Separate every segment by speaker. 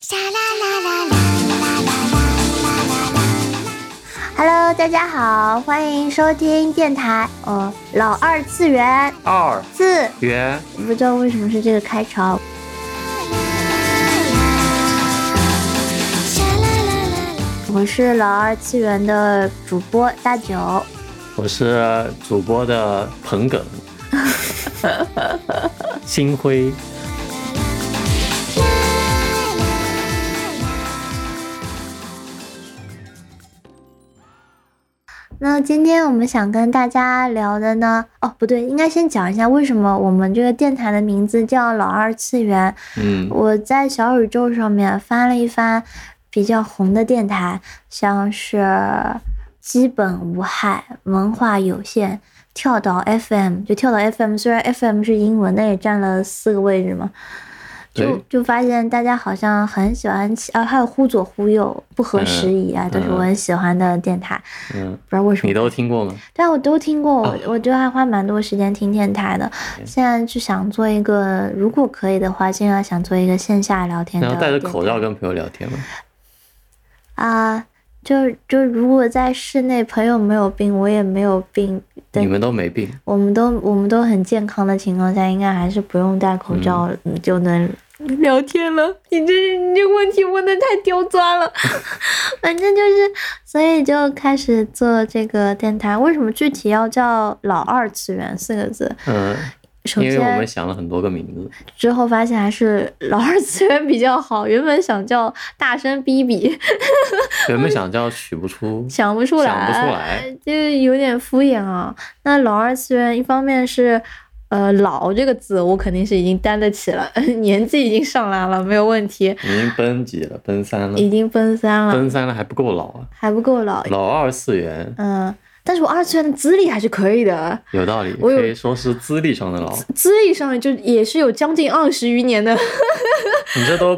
Speaker 1: 沙啦啦啦啦啦啦啦啦 Hello，大家好，欢迎收听电台，呃，老二次元
Speaker 2: 二
Speaker 1: 次，
Speaker 2: 元
Speaker 1: 不知道为什么是这个开场。我是老二次元的主播大九，
Speaker 2: 我是主播的 彭耿，星辉，
Speaker 1: 那今天我们想跟大家聊的呢，哦，不对，应该先讲一下为什么我们这个电台的名字叫老二次元。
Speaker 2: 嗯，
Speaker 1: 我在小宇宙上面翻了一翻比较红的电台，像是基本无害、文化有限、跳岛 FM。就跳岛 FM，虽然 FM 是英文，但也占了四个位置嘛。就
Speaker 2: 对
Speaker 1: 就发现大家好像很喜欢起，啊，还有忽左忽右、不合时宜啊，都是我很喜欢的电台，
Speaker 2: 嗯，
Speaker 1: 不知道为什么
Speaker 2: 你。都听过吗？
Speaker 1: 对啊，我都听过，我我就还花蛮多时间听电台的。现在就想做一个，如果可以的话，尽量想做一个线下聊天的电
Speaker 2: 然
Speaker 1: 台。
Speaker 2: 后戴着口罩跟朋友聊天吗？
Speaker 1: 啊，就就如果在室内，朋友没有病，我也没有病，对
Speaker 2: 你们都没病，
Speaker 1: 我们都我们都很健康的情况下，应该还是不用戴口罩、嗯就能聊天了。你这你这问题问的太刁钻了， 反正就是，所以就开始做这个电台。为什么具体要叫“老二次元”四个字？
Speaker 2: 嗯，
Speaker 1: 首
Speaker 2: 因为我们
Speaker 1: 先
Speaker 2: 想了很多个名 字，
Speaker 1: 之后发现还是“老二次元”比较好。原本想叫“大声逼逼
Speaker 2: 原本想叫取不出”，，
Speaker 1: 想不出来，
Speaker 2: 想不出来，
Speaker 1: 就有点敷衍啊。那老二次元一方面是，呃，老这个字我肯定是已经担得起了， 年纪已经上来了，没有问题，
Speaker 2: 已经奔几了，奔三了，
Speaker 1: 已经奔三了，
Speaker 2: 奔三了还不够老啊，
Speaker 1: 还不够老。
Speaker 2: 嗯老二次元
Speaker 1: 嗯，但是我二次元的资历还是可以的，
Speaker 2: 有道理，
Speaker 1: 我有
Speaker 2: 可以说是资历上的老，
Speaker 1: 资历上面就也是有将近二十余年的，
Speaker 2: 你这都，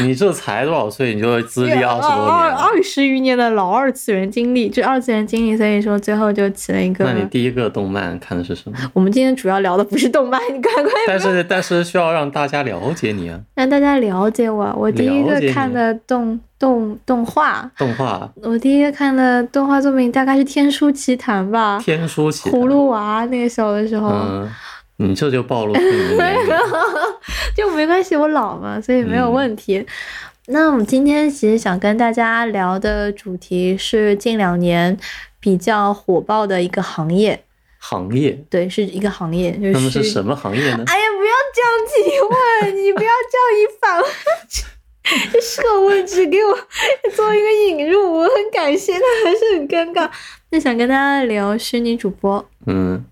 Speaker 2: 你这才多少岁，你就 资历
Speaker 1: 啊
Speaker 2: 二十多
Speaker 1: 二
Speaker 2: 年了。
Speaker 1: 二十余年的老二次元经历，这二次元经历，所以说最后就起了一个
Speaker 2: 那。你第一个动漫看的是什么？
Speaker 1: 我们今天主要聊的不是动漫，你赶快
Speaker 2: 但是但是需要让大家了解你啊，
Speaker 1: 让大家了解我。我第一
Speaker 2: 了
Speaker 1: 个
Speaker 2: 解你
Speaker 1: 看的动动动画，
Speaker 2: 动 画
Speaker 1: 我第一个看的动画作品大概是《天书奇谭》吧，
Speaker 2: 《天书奇谭》
Speaker 1: 葫芦娃那个小的时候、
Speaker 2: 嗯，你这就暴露出你的年龄。
Speaker 1: 就没关系，我老嘛，所以没有问题。
Speaker 2: 嗯
Speaker 1: 那我们今天其实想跟大家聊的主题是近两年比较火爆的一个行业，
Speaker 2: 行 业，
Speaker 1: 对，是一个行业，就是
Speaker 2: 那么是什么行业呢？
Speaker 1: 哎呀，不要这样提问，你不要这样以反问之。这设问 只给我做一个引入，我很感谢，但还是很尴尬。那想跟大家聊虚拟主播，
Speaker 2: 嗯，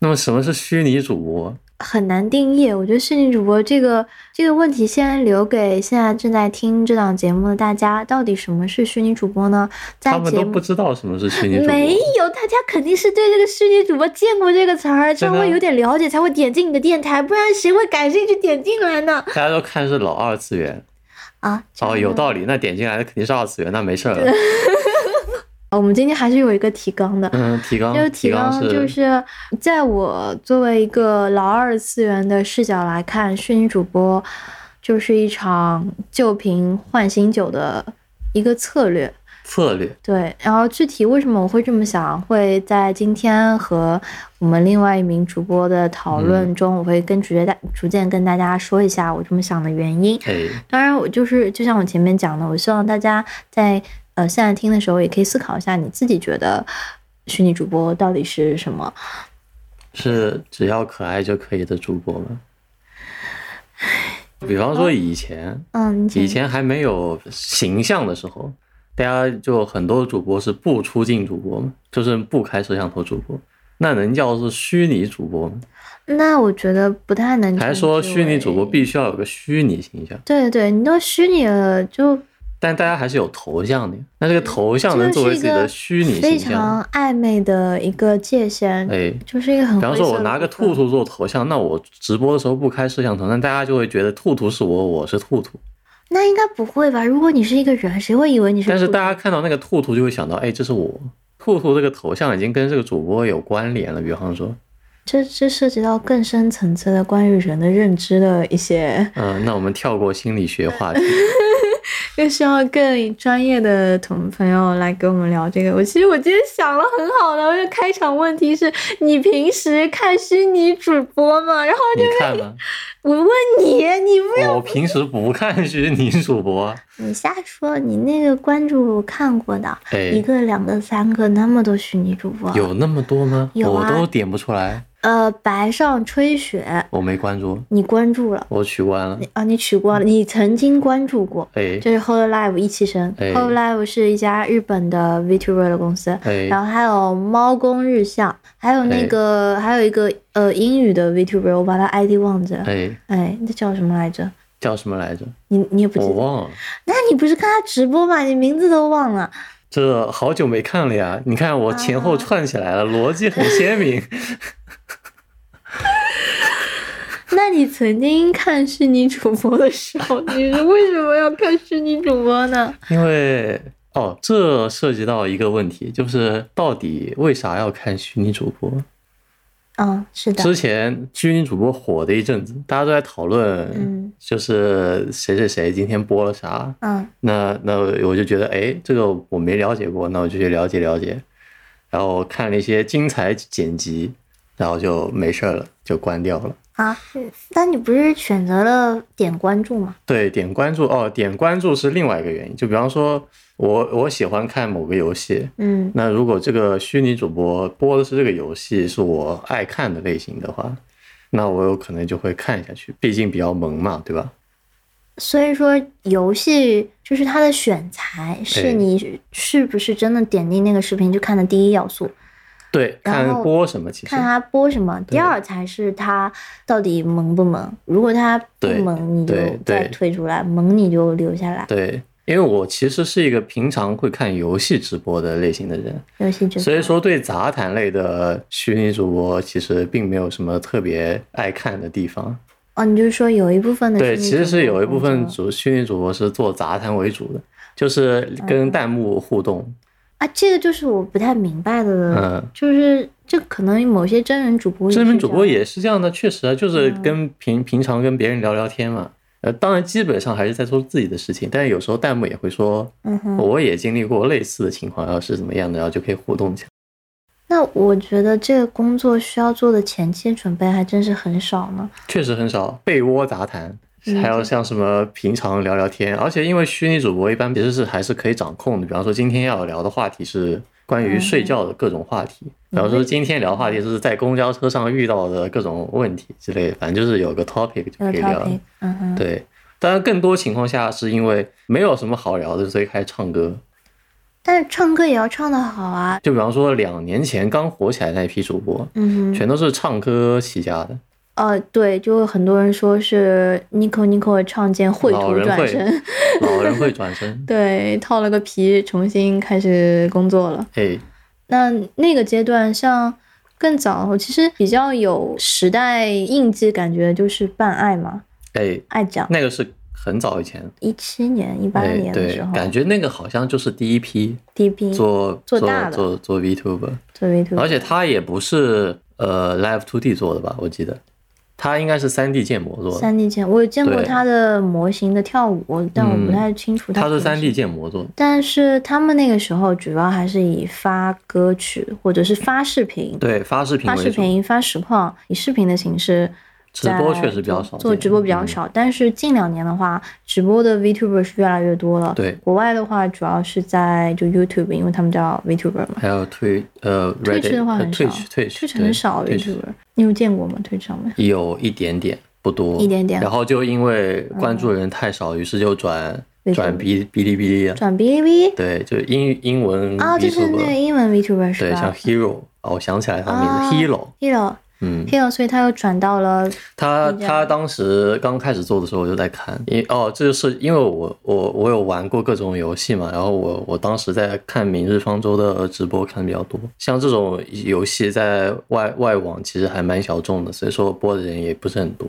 Speaker 2: 那么什么是虚拟主播？
Speaker 1: 很难定义。我觉得虚拟主播这个这个问题，先留给现在正在听这档节目的大家，到底什么是虚拟主播呢？在
Speaker 2: 他们
Speaker 1: 节
Speaker 2: 都不
Speaker 1: 目。
Speaker 2: 知道什么是虚拟主播。
Speaker 1: 没有，大家肯定是对这个虚拟主播见过这个词儿，
Speaker 2: 真
Speaker 1: 稍
Speaker 2: 的
Speaker 1: 微有点了解才会点进你的电台，不然谁会感兴趣点进来呢？
Speaker 2: 大家都看是老二次元
Speaker 1: 啊，
Speaker 2: 哦，
Speaker 1: 真
Speaker 2: 有
Speaker 1: 的
Speaker 2: 道理，那点进来的肯定是二次元，那没事儿了。
Speaker 1: 我们今天还是有一个提纲的，
Speaker 2: 嗯，提纲
Speaker 1: 这个提
Speaker 2: 提纲
Speaker 1: 纲就是是在我作为一个老二次元的视角来看，虚拟主播就是一场旧瓶换新酒的一个策略。
Speaker 2: 策略，
Speaker 1: 对，然后具体为什么我会这么想，会在今天和我们另外一名主播的
Speaker 2: 嗯
Speaker 1: 讨论中，我会跟逐渐大逐渐跟大家说一下我这么想的原因。
Speaker 2: 哎，
Speaker 1: 当然，我就是就像我前面讲的，我希望大家在呃现在听的时候，也可以思考一下你自己觉得虚拟主播到底是什么。
Speaker 2: 是只要可爱就可以的主播吗？比方说以前，
Speaker 1: 嗯，
Speaker 2: 以
Speaker 1: 你
Speaker 2: 前还没有形象的时候，大家就很多主播是不出镜主播嘛，就是不开摄像头主播，那能叫是虚拟主播吗？
Speaker 1: 那我觉得不太能称之为。
Speaker 2: 还说虚拟主播必须要有个虚拟形象，
Speaker 1: 对对，你都虚拟了，就
Speaker 2: 但大家还是有头像的呀。那这个头像能作为自己的虚拟
Speaker 1: 非
Speaker 2: 形
Speaker 1: 常
Speaker 2: 象？
Speaker 1: 暧昧的一嗯个界限，
Speaker 2: 哎，
Speaker 1: 就是一个很。
Speaker 2: 比方说我拿个兔，兔做头像，那我直播的时候不开摄像头，那大家就会觉得兔兔是我，我是兔兔。
Speaker 1: 那应该不会吧？如果你是一个人，谁会以为你是兔
Speaker 2: 但
Speaker 1: 兔？
Speaker 2: 是大家看到那个兔兔就会想到，哎，这是我。兔兔这个头像已经跟这个主播有关联了，比方说，
Speaker 1: 这这涉及到更深层次的关于人的认知的一些，
Speaker 2: 嗯、那我们跳过心理学话题，
Speaker 1: 更需要更专业的同朋友来跟我们聊这个。我其实我今天想了很好的，我就开场问题是你平时看虚拟主播吗？然后
Speaker 2: 你看 吗？
Speaker 1: 我问你，你问
Speaker 2: 我平时不看虚拟主播，
Speaker 1: 你瞎说，你那个关注我看过的，一
Speaker 2: 哎，
Speaker 1: 个、两个、三个，那么多虚拟主播，
Speaker 2: 有那么多吗？
Speaker 1: 有
Speaker 2: 我
Speaker 1: 啊
Speaker 2: 都点不出来，
Speaker 1: 呃，白上吹雪，
Speaker 2: 我没关注，
Speaker 1: 你关注了
Speaker 2: 我取关了。
Speaker 1: 啊？你取关了？你曾经关注过？
Speaker 2: 哎
Speaker 1: 这是 Holo Live 一期生、
Speaker 2: 哎
Speaker 1: h o l o Live 是一家日本的 VTuber 的公司，
Speaker 2: 哎
Speaker 1: 然后还有猫公日向，还有那
Speaker 2: 哎
Speaker 1: 个、还有一个呃英语的 VTuber，我把他 ID 忘记了，
Speaker 2: 哎，
Speaker 1: 哎，那叫什么来着？
Speaker 2: 叫什么来着？
Speaker 1: 你你也不记
Speaker 2: 我
Speaker 1: 得？
Speaker 2: 忘了，
Speaker 1: 那你不是看他直播吗？你名字都忘了。
Speaker 2: 这好久没看了呀。你看我前后串起来了，逻辑很鲜明。
Speaker 1: 那你曾经看虚拟主播的时候，你是为什么要看虚拟主播 呢？
Speaker 2: 因为哦，这涉及到一个问题，就是到底为啥要看虚拟主播？
Speaker 1: 嗯，是的，
Speaker 2: 之前虚拟主播火的一阵子，大家都在讨论
Speaker 1: 嗯，
Speaker 2: 就是谁谁谁今天播了啥。
Speaker 1: 嗯
Speaker 2: 那那我就觉得，哎，这个我没了解过，那我就去了解了解。然后看了一些精彩剪辑，然后就没事儿了，就关掉了。
Speaker 1: 啊，但你不是选择了点关注吗？
Speaker 2: 对，点关注哦，点关注是另外一个原因。就比方说我我喜欢看某个游戏，
Speaker 1: 嗯
Speaker 2: 那如果这个虚拟主播播的是这个游戏，是我爱看的类型的话，那我有可能就会看下去，毕竟比较萌嘛，对吧？
Speaker 1: 所以说，游戏就是它的选材
Speaker 2: 哎
Speaker 1: 是你是不是真的点进那个视频就看的第一要素，
Speaker 2: 对，
Speaker 1: 然后
Speaker 2: 看播什么其实
Speaker 1: 看它播什么。第二才是它到底萌不萌。如果它不
Speaker 2: 对
Speaker 1: 萌，你就
Speaker 2: 对
Speaker 1: 再
Speaker 2: 对
Speaker 1: 退出来；萌你就留下来。
Speaker 2: 对，因为我其实是一个平常会看游戏直播的类型的人，
Speaker 1: 游戏就
Speaker 2: 所以说对杂谈类的虚拟主播其实并没有什么特别爱看的地方。
Speaker 1: 哦，你就是说有一部分的
Speaker 2: 对，
Speaker 1: 虚拟
Speaker 2: 其实
Speaker 1: 主播
Speaker 2: 是有一部分
Speaker 1: 工作
Speaker 2: 主虚拟主播是做杂谈为主的，就是跟弹幕互动。
Speaker 1: 啊，这个就是我不太明白的了，
Speaker 2: 嗯
Speaker 1: 就是这可能某些真人主嗯播是
Speaker 2: 真人主
Speaker 1: 这
Speaker 2: 播
Speaker 1: 样嗯
Speaker 2: 也是这样的，确实啊，就是跟平平常跟别人聊聊天嘛。呃，当然基本上还是在做自己的事情，但是有时候弹幕也会说，
Speaker 1: 嗯哼。
Speaker 2: 我也经历过类似的情况，然后是怎么样的，然后就可以互动起来。
Speaker 1: 那我觉得这个工作需要做的前期准备还真是很少呢。
Speaker 2: 确实很少被窝杂谈，
Speaker 1: 嗯
Speaker 2: 还有像什么平常聊聊天，而且因为虚拟主播一般其实是还是可以掌控的，比方说今天要聊的话题是关于睡觉的各种话题，
Speaker 1: 嗯
Speaker 2: 比方说今天聊话题是在公交车上遇到的各种问题之类的，反正就是有个 topic 就
Speaker 1: 这个
Speaker 2: 可以聊。
Speaker 1: topic，嗯哼，
Speaker 2: 对，当然更多情况下是因为没有什么好聊的，所以开始唱歌。
Speaker 1: 但是唱歌也要唱得好啊。
Speaker 2: 就比方说两年前刚火起来那批主播，
Speaker 1: 嗯哼，
Speaker 2: 全都是唱歌起家的，
Speaker 1: 呃，对，就有很多人说是 Nico Nico 唱见绘
Speaker 2: 老
Speaker 1: 图
Speaker 2: 人
Speaker 1: 转
Speaker 2: 会
Speaker 1: 身，。
Speaker 2: 老人会转身
Speaker 1: 对，套了个皮，重新开始工作了。
Speaker 2: 哎，
Speaker 1: 那那个阶段，像更早，我其实比较有时代印记感觉，就是办爱嘛，
Speaker 2: 哎，
Speaker 1: 爱讲
Speaker 2: 那个是很早以前，
Speaker 1: 一七年、一八
Speaker 2: 哎，
Speaker 1: 年的
Speaker 2: 对
Speaker 1: 时候，，
Speaker 2: 感觉那个好像就是第一批
Speaker 1: DB
Speaker 2: 做
Speaker 1: 做大的
Speaker 2: 做做 VTuber，
Speaker 1: 做 VTuber，
Speaker 2: 而且他也不是呃 Live Two D 做的吧？我记得他应该是三 D 建模做的，
Speaker 1: 三 D 建，我有见过
Speaker 2: 对嗯
Speaker 1: 他的模型的跳舞，但我不太清楚
Speaker 2: 他是
Speaker 1: 平时
Speaker 2: 三 D。建模做的。
Speaker 1: 但是他们那个时候主要还是以发歌曲或者是发视频，
Speaker 2: 对，发视频
Speaker 1: 发
Speaker 2: 为
Speaker 1: 视
Speaker 2: 主，
Speaker 1: 频、发实况，以视频的形式
Speaker 2: 直
Speaker 1: 在
Speaker 2: 播确实比较
Speaker 1: 做
Speaker 2: 少
Speaker 1: 做
Speaker 2: 见
Speaker 1: 直播比较
Speaker 2: 嗯
Speaker 1: 少。但是近两年的话，直播的 VTuber 是越来越多了。
Speaker 2: 对
Speaker 1: 国外的话主要是在就 YouTube，因为他们叫 VTuber 嘛。
Speaker 2: 还有推呃 r e d
Speaker 1: Twitch
Speaker 2: d
Speaker 1: 的话很少
Speaker 2: 退去退去
Speaker 1: 推很少 VTuber，你有见过吗？推上面？
Speaker 2: 有一点点，不多，
Speaker 1: 一点点嗯
Speaker 2: 然后就因为关注的人太少，于是就转
Speaker 1: VTuber
Speaker 2: 转哔哔哩哔哩了。
Speaker 1: 转 BB
Speaker 2: 对，就英英文
Speaker 1: 啊，就是那个
Speaker 2: VTuber，
Speaker 1: 英文 VTuber 是
Speaker 2: 对，像
Speaker 1: 吧
Speaker 2: Hero，哦，我想起来他的
Speaker 1: 啊
Speaker 2: 名字 Hero，
Speaker 1: ？Hero
Speaker 2: 嗯，
Speaker 1: Hero，所以他又转到了
Speaker 2: 他
Speaker 1: 你这样
Speaker 2: 他当时刚开始做的时候，我就在看，因哦，这就是因为我我我有玩过各种游戏嘛，然后我我当时在看明日方舟的直播看的比较多，像这种游戏在外外网其实还蛮小众的，所以说播的人也不是很多，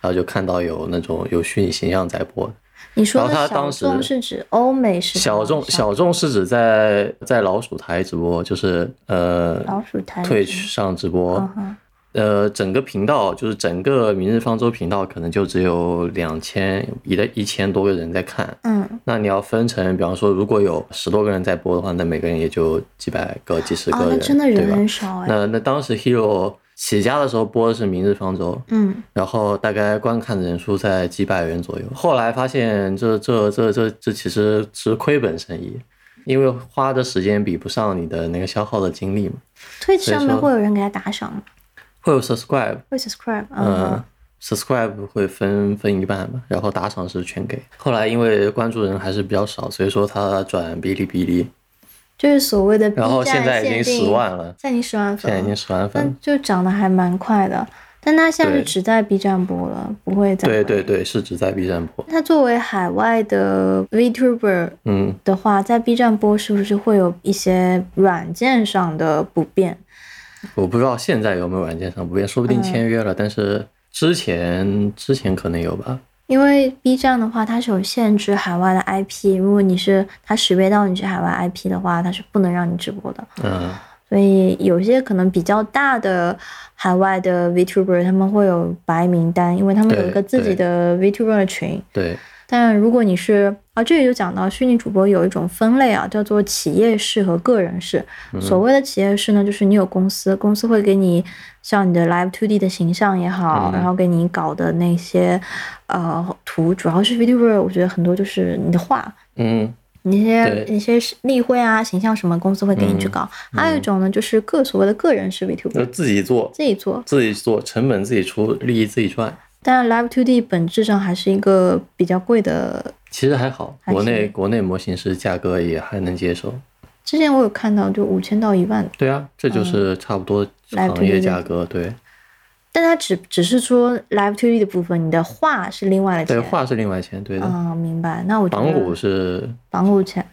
Speaker 2: 然后就看到有那种有虚拟形象在播，
Speaker 1: 你说
Speaker 2: 然后
Speaker 1: 的
Speaker 2: 他
Speaker 1: 小
Speaker 2: 当时
Speaker 1: 众是指欧美市场
Speaker 2: 小
Speaker 1: 吗，
Speaker 2: 众小众是指在在老鼠台直播，就是呃
Speaker 1: 老鼠台
Speaker 2: 退
Speaker 1: 直
Speaker 2: 去上直播，
Speaker 1: 嗯哼
Speaker 2: 呃，整个频道就是整个明日方舟频道，可能就只有两千一的一千多个人在看。
Speaker 1: 嗯，
Speaker 2: 那你要分成，比方说，如果有十多个人在播的话，那每个人也就几百个、几十个
Speaker 1: 哦，
Speaker 2: 人，
Speaker 1: 那真的
Speaker 2: 对
Speaker 1: 人
Speaker 2: 吧？
Speaker 1: 很少哎。
Speaker 2: 那那当时 Hero 起家的时候播的是《明日方舟》，
Speaker 1: 嗯，
Speaker 2: 然后大概观看人数在几百人左右。后来发现这这这这这其实是亏本生意，因为花的时间比不上你的那个消耗的精力嘛。
Speaker 1: Twitch
Speaker 2: 所以
Speaker 1: 上面
Speaker 2: 说
Speaker 1: 会有人给他打赏吗？
Speaker 2: 会有 subscribe，
Speaker 1: 会 subscribe？
Speaker 2: 嗯
Speaker 1: 嗯，
Speaker 2: ，subscribe 会分分一半吧，然后打赏是全给。后来因为关注人还是比较少，所以说他转哔哩哔哩，
Speaker 1: 就是所谓的 B
Speaker 2: 然后现在
Speaker 1: 站
Speaker 2: 已经
Speaker 1: 限定，
Speaker 2: 十万了，
Speaker 1: 现在已经十万
Speaker 2: 现在已
Speaker 1: 粉
Speaker 2: 经
Speaker 1: 了，
Speaker 2: 十万
Speaker 1: 那
Speaker 2: 粉。
Speaker 1: 就涨得还蛮快的。但他现在就
Speaker 2: 对
Speaker 1: 只在 B 站播了，不会在
Speaker 2: 对对。对，是只在 B 站播。
Speaker 1: 他作为海外的 VTuber
Speaker 2: 嗯，
Speaker 1: 的话，在 B 站播是不是会有一些软件上的不便？
Speaker 2: 我不知道现在有没有软件上不便，说不定签约了，
Speaker 1: 嗯
Speaker 2: 但是之前之前可能有吧。
Speaker 1: 因为 B 站的话，它是有限制海外的 IP，如果你是它识别到你是海外 IP 的话，它是不能让你直播的。
Speaker 2: 嗯，
Speaker 1: 所以有些可能比较大的海外的 VTuber 他们会有白名单，因为他们有一
Speaker 2: 对
Speaker 1: 个自己的 VTuber 的群。
Speaker 2: 对，
Speaker 1: 但如果你是啊，这里就讲到虚拟主播有一种分类啊，叫做企业式和个人式。
Speaker 2: 嗯
Speaker 1: 所谓的企业式呢，就是你有公司，公司会给你像你的 Live Two D 的形象也好，
Speaker 2: 嗯
Speaker 1: 然后给你搞的那些呃图，主要是 VTuber，我觉得很多就是你的画，
Speaker 2: 嗯
Speaker 1: 你一些
Speaker 2: 对嗯
Speaker 1: 一些是例会啊、形象什么，公司会给你去搞。还有一种呢，就是个所谓的个人式 VTuber，、
Speaker 2: 就自己做，
Speaker 1: 自己做。
Speaker 2: 自己做，成本自己出，利益自己赚。
Speaker 1: 但 Live Two D 本质上还是一个比较贵的。
Speaker 2: 其实还好，
Speaker 1: 还
Speaker 2: 国内
Speaker 1: 行
Speaker 2: 国内模型师价格也还能接受。
Speaker 1: 之前我有看到，就五千到一万的，
Speaker 2: 对啊，这就是差不多
Speaker 1: 嗯来
Speaker 2: 行
Speaker 1: 对对
Speaker 2: 业
Speaker 1: 对
Speaker 2: 价格。对，
Speaker 1: 但它只只是说 Live Two D 的部分，你的画是另外的钱。
Speaker 2: 对，画是另外钱，对的。
Speaker 1: 啊、明白。那我觉
Speaker 2: 绑骨
Speaker 1: 得
Speaker 2: 是
Speaker 1: 绑骨钱，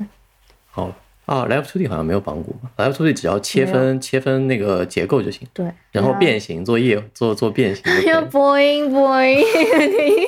Speaker 2: 好啊，Live Two D 好像没有绑骨吧，Live Two D 只要切
Speaker 1: 没
Speaker 2: 分切分那个结构就行，
Speaker 1: 对，
Speaker 2: 然后
Speaker 1: 啊
Speaker 2: 变形做业做做变形就可以
Speaker 1: 要
Speaker 2: 了，
Speaker 1: 播音播音，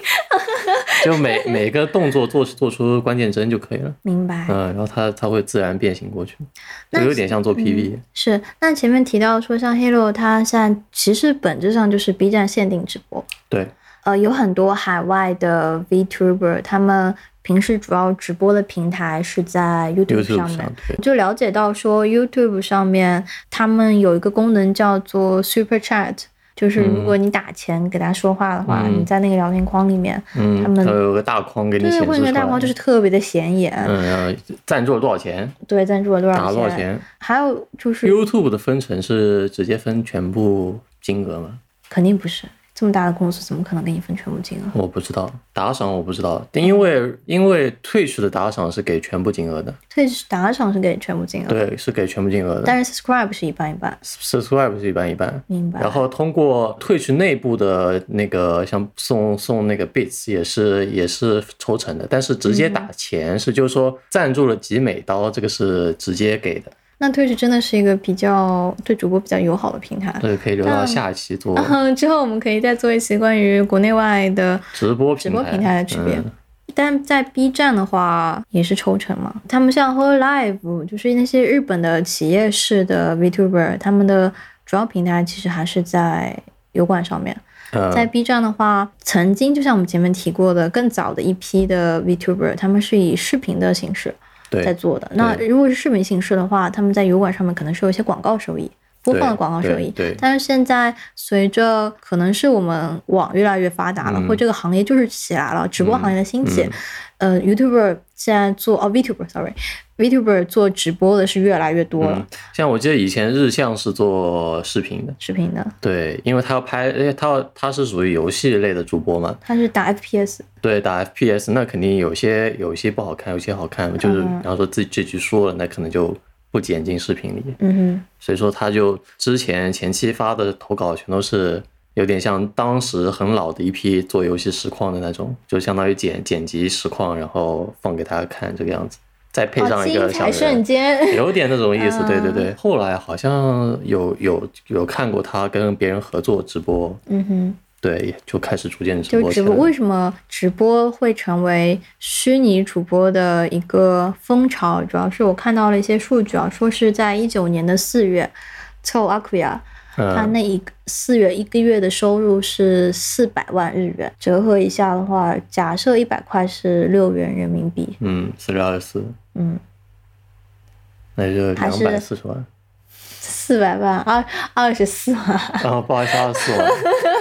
Speaker 2: 就每每个动作做做出关键帧就可以了。
Speaker 1: 明白。
Speaker 2: 嗯，然后它它会自然变形过去，就
Speaker 1: 哎那嗯
Speaker 2: 有点像做 PV。
Speaker 1: 是，那前面提到说，像 Hero 它现在其实本质上就是 B 站限定直播，
Speaker 2: 对，
Speaker 1: 呃，有很多海外的 VTuber，他们平时主要直播的平台是在 YouTube
Speaker 2: YouTube
Speaker 1: 上面。
Speaker 2: 上对，
Speaker 1: 就了解到说，YouTube 上面他们有一个功能叫做 Super Chat，就是如果你打钱给他说话的话，
Speaker 2: 嗯
Speaker 1: 你在那个聊天框里面，
Speaker 2: 嗯
Speaker 1: 他，们
Speaker 2: 它有个大框给你
Speaker 1: 对对，
Speaker 2: 显示出
Speaker 1: 会那
Speaker 2: 来，
Speaker 1: 个大框就是特别的显眼，
Speaker 2: 嗯，然后赞助了多少钱，
Speaker 1: 对，赞助了多
Speaker 2: 打
Speaker 1: 少
Speaker 2: 了
Speaker 1: 钱，
Speaker 2: 多少钱
Speaker 1: 还有就是
Speaker 2: ？YouTube 的分成是直接分全部金额吗？
Speaker 1: 肯定不是这么大的公司，怎么可能给你分全部金额？
Speaker 2: 我不知道打赏，我不知道，因为因为 Twitch 的打赏是给全部金额的，
Speaker 1: 退打赏是给全部金额，
Speaker 2: 对，是给全部金额的。
Speaker 1: 但是 subscribe 是一半一半，
Speaker 2: Subscribe 是一般一般，
Speaker 1: 明白？
Speaker 2: 然后通过 Twitch 内部的那个像送送那个 Bits 也是也是抽成的，但是直接
Speaker 1: 嗯
Speaker 2: 打钱是就是说赞助了几美刀，这个是直接给的，
Speaker 1: 那退是真的是一个比较对主播比较友好的平台。
Speaker 2: 这个可以留到
Speaker 1: 嗯
Speaker 2: 下一期做
Speaker 1: 然后之后我们可以再做一期关于国内外的
Speaker 2: 直播
Speaker 1: 直
Speaker 2: 平台。
Speaker 1: 播平台的区别。
Speaker 2: 嗯
Speaker 1: 但在 B 站的话也是抽成嘛，他们像 Her Live，就是那些日本的企业式的 VTuber，他们的主要平台其实还是在油管上面。在
Speaker 2: 呃，
Speaker 1: B 站的话，曾经就像我们前面提过的，更早的一批的 VTuber，他们是以视频的形式在
Speaker 2: 对，
Speaker 1: 做的。那如果是视频形式的话，他们在油管上面可能是有一些广告收益。播放的广告收益
Speaker 2: 对对对，
Speaker 1: 但是现在随着可能是我们网越来越发达了，
Speaker 2: 嗯
Speaker 1: 或者这个行业就是起来了，直播行业的兴起，
Speaker 2: 嗯
Speaker 1: 呃，YouTuber 现在做哦，VTuber，sorry，VTuber 做直播的是越来越多了，
Speaker 2: 嗯，像我记得以前日向是做视频的，
Speaker 1: 视频的，
Speaker 2: 对，因为他要拍，因为他要他是属于游戏类的主播嘛，
Speaker 1: 它是打 FPS，
Speaker 2: 对，打 FPS 那肯定有些有些不好看，有些好看，就是
Speaker 1: 嗯
Speaker 2: 比方说自己这局输了，那可能就不剪进视频里，
Speaker 1: 嗯哼，
Speaker 2: 所以说他就之前前期发的投稿全都是。有点像当时很老的一批做游戏实况的那种，就相当于剪剪辑实况，然后放给大家看这个样子，再配
Speaker 1: 哦，
Speaker 2: 上一
Speaker 1: 精
Speaker 2: 个小
Speaker 1: 彩
Speaker 2: 人，
Speaker 1: 瞬 间，
Speaker 2: 有点那种意思，对对
Speaker 1: 嗯
Speaker 2: 对。后来好像有有有看过他跟别人合作直播，
Speaker 1: 嗯哼。
Speaker 2: 对，就开始逐渐直
Speaker 1: 就
Speaker 2: 播起
Speaker 1: 直
Speaker 2: 来
Speaker 1: 播，
Speaker 2: 了。
Speaker 1: 为什么直播会成为虚拟主播的一个风潮？主要是我看到了一些数据啊，说是在一九年的四月，凑 Aquia
Speaker 2: 嗯
Speaker 1: 他那一个四月一个月的收入是四百万日元，折合一下的话，假设一百块是六元人民币，
Speaker 2: 嗯，四六二四，
Speaker 1: 嗯，
Speaker 2: 那就
Speaker 1: 还
Speaker 2: 两
Speaker 1: 是
Speaker 2: 百四十万。
Speaker 1: 四百万二二十四万，
Speaker 2: 啊，不好意思，二十四万，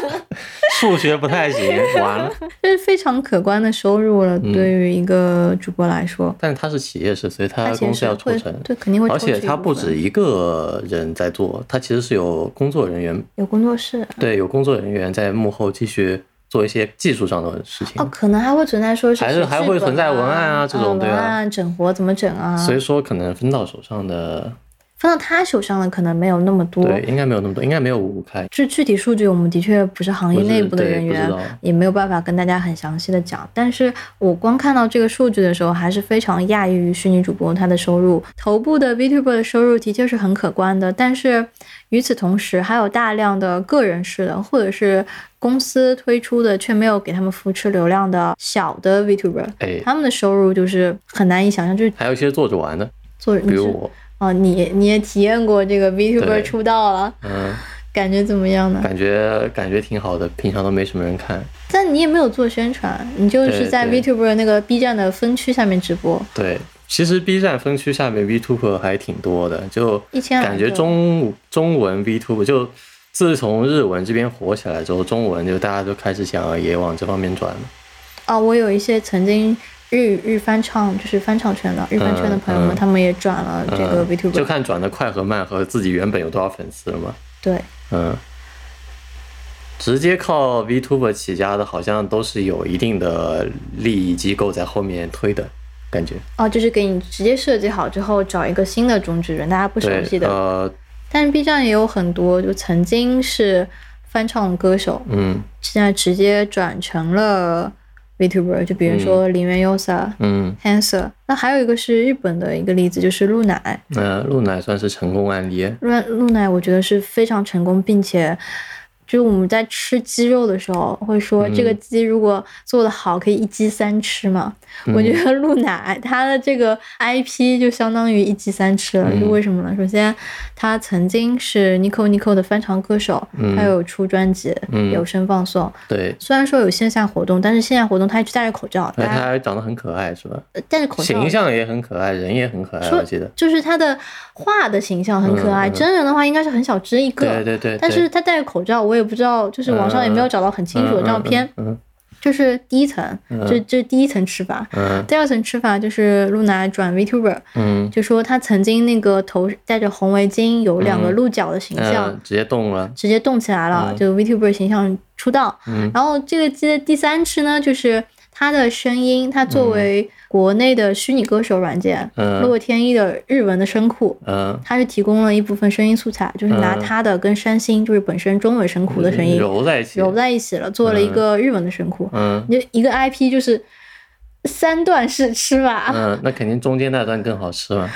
Speaker 2: 数学不太行，完了。
Speaker 1: 这是非常可观的收入了。
Speaker 2: 嗯
Speaker 1: 对于一个主播来说，
Speaker 2: 但他是企业式，所以
Speaker 1: 他
Speaker 2: 他
Speaker 1: 其
Speaker 2: 公
Speaker 1: 实
Speaker 2: 司要
Speaker 1: 是
Speaker 2: 抽
Speaker 1: 会
Speaker 2: 成，
Speaker 1: 对肯定会抽
Speaker 2: 而
Speaker 1: 取一部分，
Speaker 2: 且他不止一个人在做，他其实是有工作人员，
Speaker 1: 有工作室，
Speaker 2: 对，有工作人员在幕后继续做一些技术上的事情。
Speaker 1: 哦，可能还会存在说是
Speaker 2: 还是
Speaker 1: 是
Speaker 2: 还会存在文案啊这种对
Speaker 1: 嗯文
Speaker 2: 啊
Speaker 1: 案整活怎么整啊？
Speaker 2: 所以说，可能分到手上的，
Speaker 1: 分到他手上的可能没有那么多。
Speaker 2: 对，应该没有那么多，应该没有五五开。
Speaker 1: 这具体数据我们的确不是行业
Speaker 2: 不是
Speaker 1: 内部的
Speaker 2: 对
Speaker 1: 人
Speaker 2: 不知
Speaker 1: 员
Speaker 2: 道，
Speaker 1: 也没有办法跟大家很详细的讲。但是我光看到这个数据的时候，还是非常讶异于虚拟主播他的收入。头部的 VTuber 的收入的确是很可观的，但是与此同时，还有大量的个人式的或者是公司推出的却没有给他们扶持流量的小的 VTuber，
Speaker 2: 哎，
Speaker 1: 他们的收入就是很难以想象，就是
Speaker 2: 还有一些做着玩的，
Speaker 1: 做比
Speaker 2: 比如我，
Speaker 1: 哦，你你也体验过这个 VTuber
Speaker 2: 对
Speaker 1: 出道了，
Speaker 2: 嗯，
Speaker 1: 感觉怎么样呢？
Speaker 2: 感觉感觉挺好的，平常都没什么人看。
Speaker 1: 但你也没有做宣传，你就是
Speaker 2: 对
Speaker 1: 在
Speaker 2: 对
Speaker 1: VTuber 那个 B 站的分区下面直播，
Speaker 2: 对，其实 B 站分区下面 VTuber 还挺多的，就
Speaker 1: 1200
Speaker 2: 感觉
Speaker 1: 个
Speaker 2: 中中文 VTuber 就自从日文这边火起来之后，中文就大家就开始想也往这方面转了。
Speaker 1: 啊、我有一些曾经日日翻唱，就是翻唱圈的日翻圈的朋友们，
Speaker 2: 嗯
Speaker 1: 他们也转了这个
Speaker 2: 嗯
Speaker 1: VTuber，、
Speaker 2: 就看转的快和慢和自己原本有多少粉丝了嘛。
Speaker 1: 对，
Speaker 2: 嗯，直接靠 VTuber 起家的，好像都是有一定的利益机构在后面推的感觉。
Speaker 1: 哦，就是给你直接设计好之后，找一个新的种植人，大家不熟
Speaker 2: 对
Speaker 1: 悉，的。
Speaker 2: 呃，
Speaker 1: 但是 B 站也有很多就曾经是翻唱歌手，
Speaker 2: 嗯
Speaker 1: 现在直接转成了 VTuber，就比如说林原优萨、
Speaker 2: 嗯，
Speaker 1: Hanser，那还有一个是日本的一个例子，就是露奶。
Speaker 2: 那露奶算是成功案例。
Speaker 1: 露露奶，我觉得是非常成功，并且就是我们在吃鸡肉的时候会说，
Speaker 2: 嗯
Speaker 1: 这个鸡如果做得好，可以一鸡三吃嘛。
Speaker 2: 嗯
Speaker 1: 我觉得露奶它的这个 IP 就相当于一鸡三吃了，
Speaker 2: 嗯
Speaker 1: 就为什么呢？首先，他曾经是 Nico Nico 的翻唱歌手，
Speaker 2: 嗯
Speaker 1: 他有出专辑，
Speaker 2: 嗯
Speaker 1: 有声放送。
Speaker 2: 对，
Speaker 1: 虽然说有线下活动，但是线下活动他一直戴着口罩，
Speaker 2: 那
Speaker 1: 大家呃
Speaker 2: 他长得很可爱是吧？
Speaker 1: 戴着口罩
Speaker 2: 形象也很可爱，人也很可爱，
Speaker 1: 说
Speaker 2: 我记得。
Speaker 1: 就是他的画的形象很可爱，
Speaker 2: 嗯嗯
Speaker 1: 真人的话应该是很少之一个。
Speaker 2: 对对对，
Speaker 1: 但
Speaker 2: 对
Speaker 1: 是他戴着口罩，我也不知道，就是网上也没有找到很清楚的照片。
Speaker 2: 嗯嗯
Speaker 1: 这是第一层，
Speaker 2: 嗯
Speaker 1: 这这是第一层吃法。
Speaker 2: 嗯
Speaker 1: 第二层吃法就是露娜转 Vtuber，
Speaker 2: 嗯
Speaker 1: 就说他曾经那个头戴着红围巾，有两个
Speaker 2: 嗯
Speaker 1: 鹿角的形
Speaker 2: 嗯
Speaker 1: 象，
Speaker 2: 嗯，直接动了。
Speaker 1: 直接动起来了，
Speaker 2: 嗯
Speaker 1: 就 Vtuber 形象出道。
Speaker 2: 嗯
Speaker 1: 然后这个鸡的第三吃呢，就是它的声音，它作为国内的虚拟歌手软件
Speaker 2: 嗯
Speaker 1: 洛天依的日文的声库。
Speaker 2: 嗯，
Speaker 1: 它是提供了一部分声音素材，就是拿
Speaker 2: 嗯
Speaker 1: 它的跟山星，就是本身中文声库的声音
Speaker 2: 揉在一起，
Speaker 1: 揉在一起了，做了一个日文的声库。
Speaker 2: 嗯
Speaker 1: 你就一个 IP 就是三段式吃法，
Speaker 2: 嗯，那肯定中间那段更好吃嘛。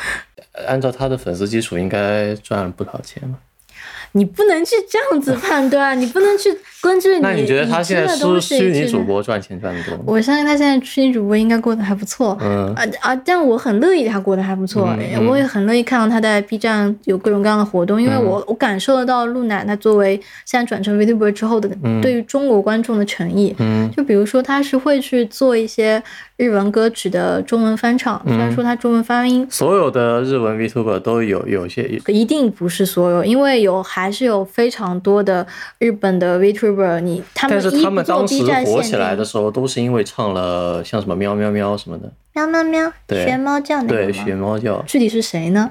Speaker 2: 按照他的粉丝基础，应该赚了不少钱嘛。
Speaker 1: 你不能去这样子判断，你不能去根据
Speaker 2: 那
Speaker 1: 你
Speaker 2: 你觉得他
Speaker 1: 已知
Speaker 2: 现在
Speaker 1: 的
Speaker 2: 是
Speaker 1: 东西
Speaker 2: 虚拟
Speaker 1: 去
Speaker 2: 主播赚钱赚的多吗？
Speaker 1: 我相信他现在虚拟主播应该过得还不错。
Speaker 2: 嗯
Speaker 1: 啊啊！但我很乐意他过得还不错，
Speaker 2: 嗯嗯
Speaker 1: 我也很乐意看到他在 B 站有各种各样的活动，因为我、我感受得到露娜她作为现在转成 VTuber 之后的
Speaker 2: 嗯
Speaker 1: 对于中国观众的诚意。
Speaker 2: 嗯
Speaker 1: 就比如说，他是会去做一些日文歌曲的中文翻唱，虽
Speaker 2: 嗯
Speaker 1: 然说他中文发音
Speaker 2: 所有的日文 Vtuber 都有有些
Speaker 1: 一定不是所有，因为有还是有非常多的日本的 VTuber，你他们
Speaker 2: 但是
Speaker 1: 一
Speaker 2: 他
Speaker 1: 不
Speaker 2: 们
Speaker 1: 做
Speaker 2: 当时
Speaker 1: B 站限
Speaker 2: 火起来
Speaker 1: 定
Speaker 2: 的，时候，都是因为唱了像什么喵喵喵什么的，
Speaker 1: 喵喵喵，
Speaker 2: 对
Speaker 1: 学猫叫那个
Speaker 2: 对，
Speaker 1: 吗
Speaker 2: 学猫叫
Speaker 1: 具体是谁呢？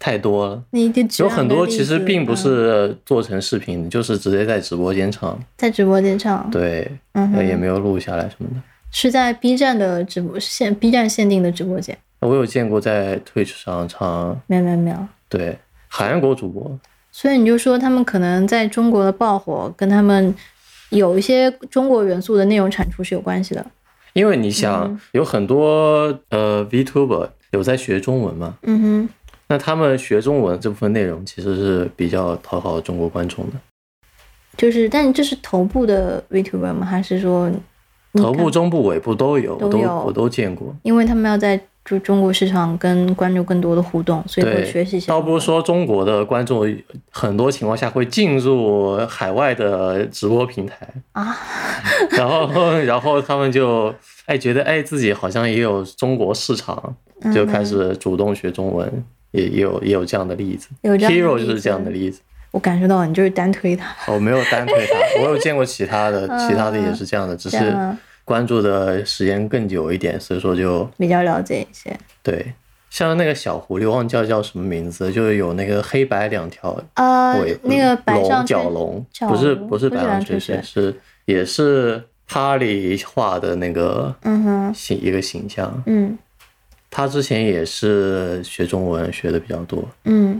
Speaker 2: 太多了。
Speaker 1: 你就举
Speaker 2: 有
Speaker 1: 两
Speaker 2: 很
Speaker 1: 个
Speaker 2: 多
Speaker 1: 例
Speaker 2: 其实
Speaker 1: 子
Speaker 2: 并不
Speaker 1: 嗯
Speaker 2: 是做成视频，就是直接在直播间唱，
Speaker 1: 在直播间唱，
Speaker 2: 对，
Speaker 1: 嗯哼
Speaker 2: 也没有录下来什么的。
Speaker 1: 是在 B 站的直播限 B 站限定的直播间。
Speaker 2: 我有见过在 Twitch 上唱，
Speaker 1: 没有没有没有，
Speaker 2: 对，韩国主播，
Speaker 1: 所以你就说他们可能在中国的爆火，跟他们有一些中国元素的内容产出是有关系的。
Speaker 2: 因为你
Speaker 1: 嗯
Speaker 2: 想，有很多呃 VTuber 有在学中文嘛，
Speaker 1: 嗯哼。
Speaker 2: 那他们学中文这部分内容其实是比较讨好中国观众的。
Speaker 1: 就是，但这是头部的 VTuber 吗？还是说你
Speaker 2: 头部、
Speaker 1: 看
Speaker 2: 中部、尾部都有，我
Speaker 1: 都
Speaker 2: 都
Speaker 1: 有
Speaker 2: 我都见过。
Speaker 1: 因为他们要在就中国市场跟观众更多的互动，所以会学习一
Speaker 2: 对，
Speaker 1: 些。
Speaker 2: 倒不是说中国的观众很多情况下会进入海外的直播平台，
Speaker 1: 啊，
Speaker 2: 然后然后他们就哎觉得哎自己好像也有中国市场，
Speaker 1: 嗯
Speaker 2: 就开始主动学中文，也也有也有这样的例子。
Speaker 1: 有这样的
Speaker 2: Hero
Speaker 1: 例
Speaker 2: 就是这样
Speaker 1: 子
Speaker 2: 的例子，
Speaker 1: 我感受到你就是单推他。
Speaker 2: 我哦没有单推他，我有见过其他的，其他的也是这样的，只
Speaker 1: 嗯这样
Speaker 2: 是
Speaker 1: 啊
Speaker 2: 关注的时间更久一点，所以说就
Speaker 1: 比较了解一些。
Speaker 2: 对。像那个小狐狸，忘记叫叫什么名字，就是有那个黑白两条
Speaker 1: 呃
Speaker 2: 尾，
Speaker 1: 那个白上吹
Speaker 2: 龙角龙，
Speaker 1: 角
Speaker 2: 不是
Speaker 1: 龙
Speaker 2: 不是
Speaker 1: 不
Speaker 2: 白
Speaker 1: 是
Speaker 2: 上
Speaker 1: 蓝
Speaker 2: 吹
Speaker 1: 吹雪
Speaker 2: 雪，是也是哈利画的那个
Speaker 1: 嗯哼，
Speaker 2: 形一个形象。
Speaker 1: 嗯
Speaker 2: 他之前也是学中文学的比较多，
Speaker 1: 嗯，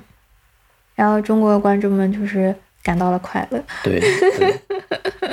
Speaker 1: 然后中国的观众们就是感到了快乐。
Speaker 2: 对，对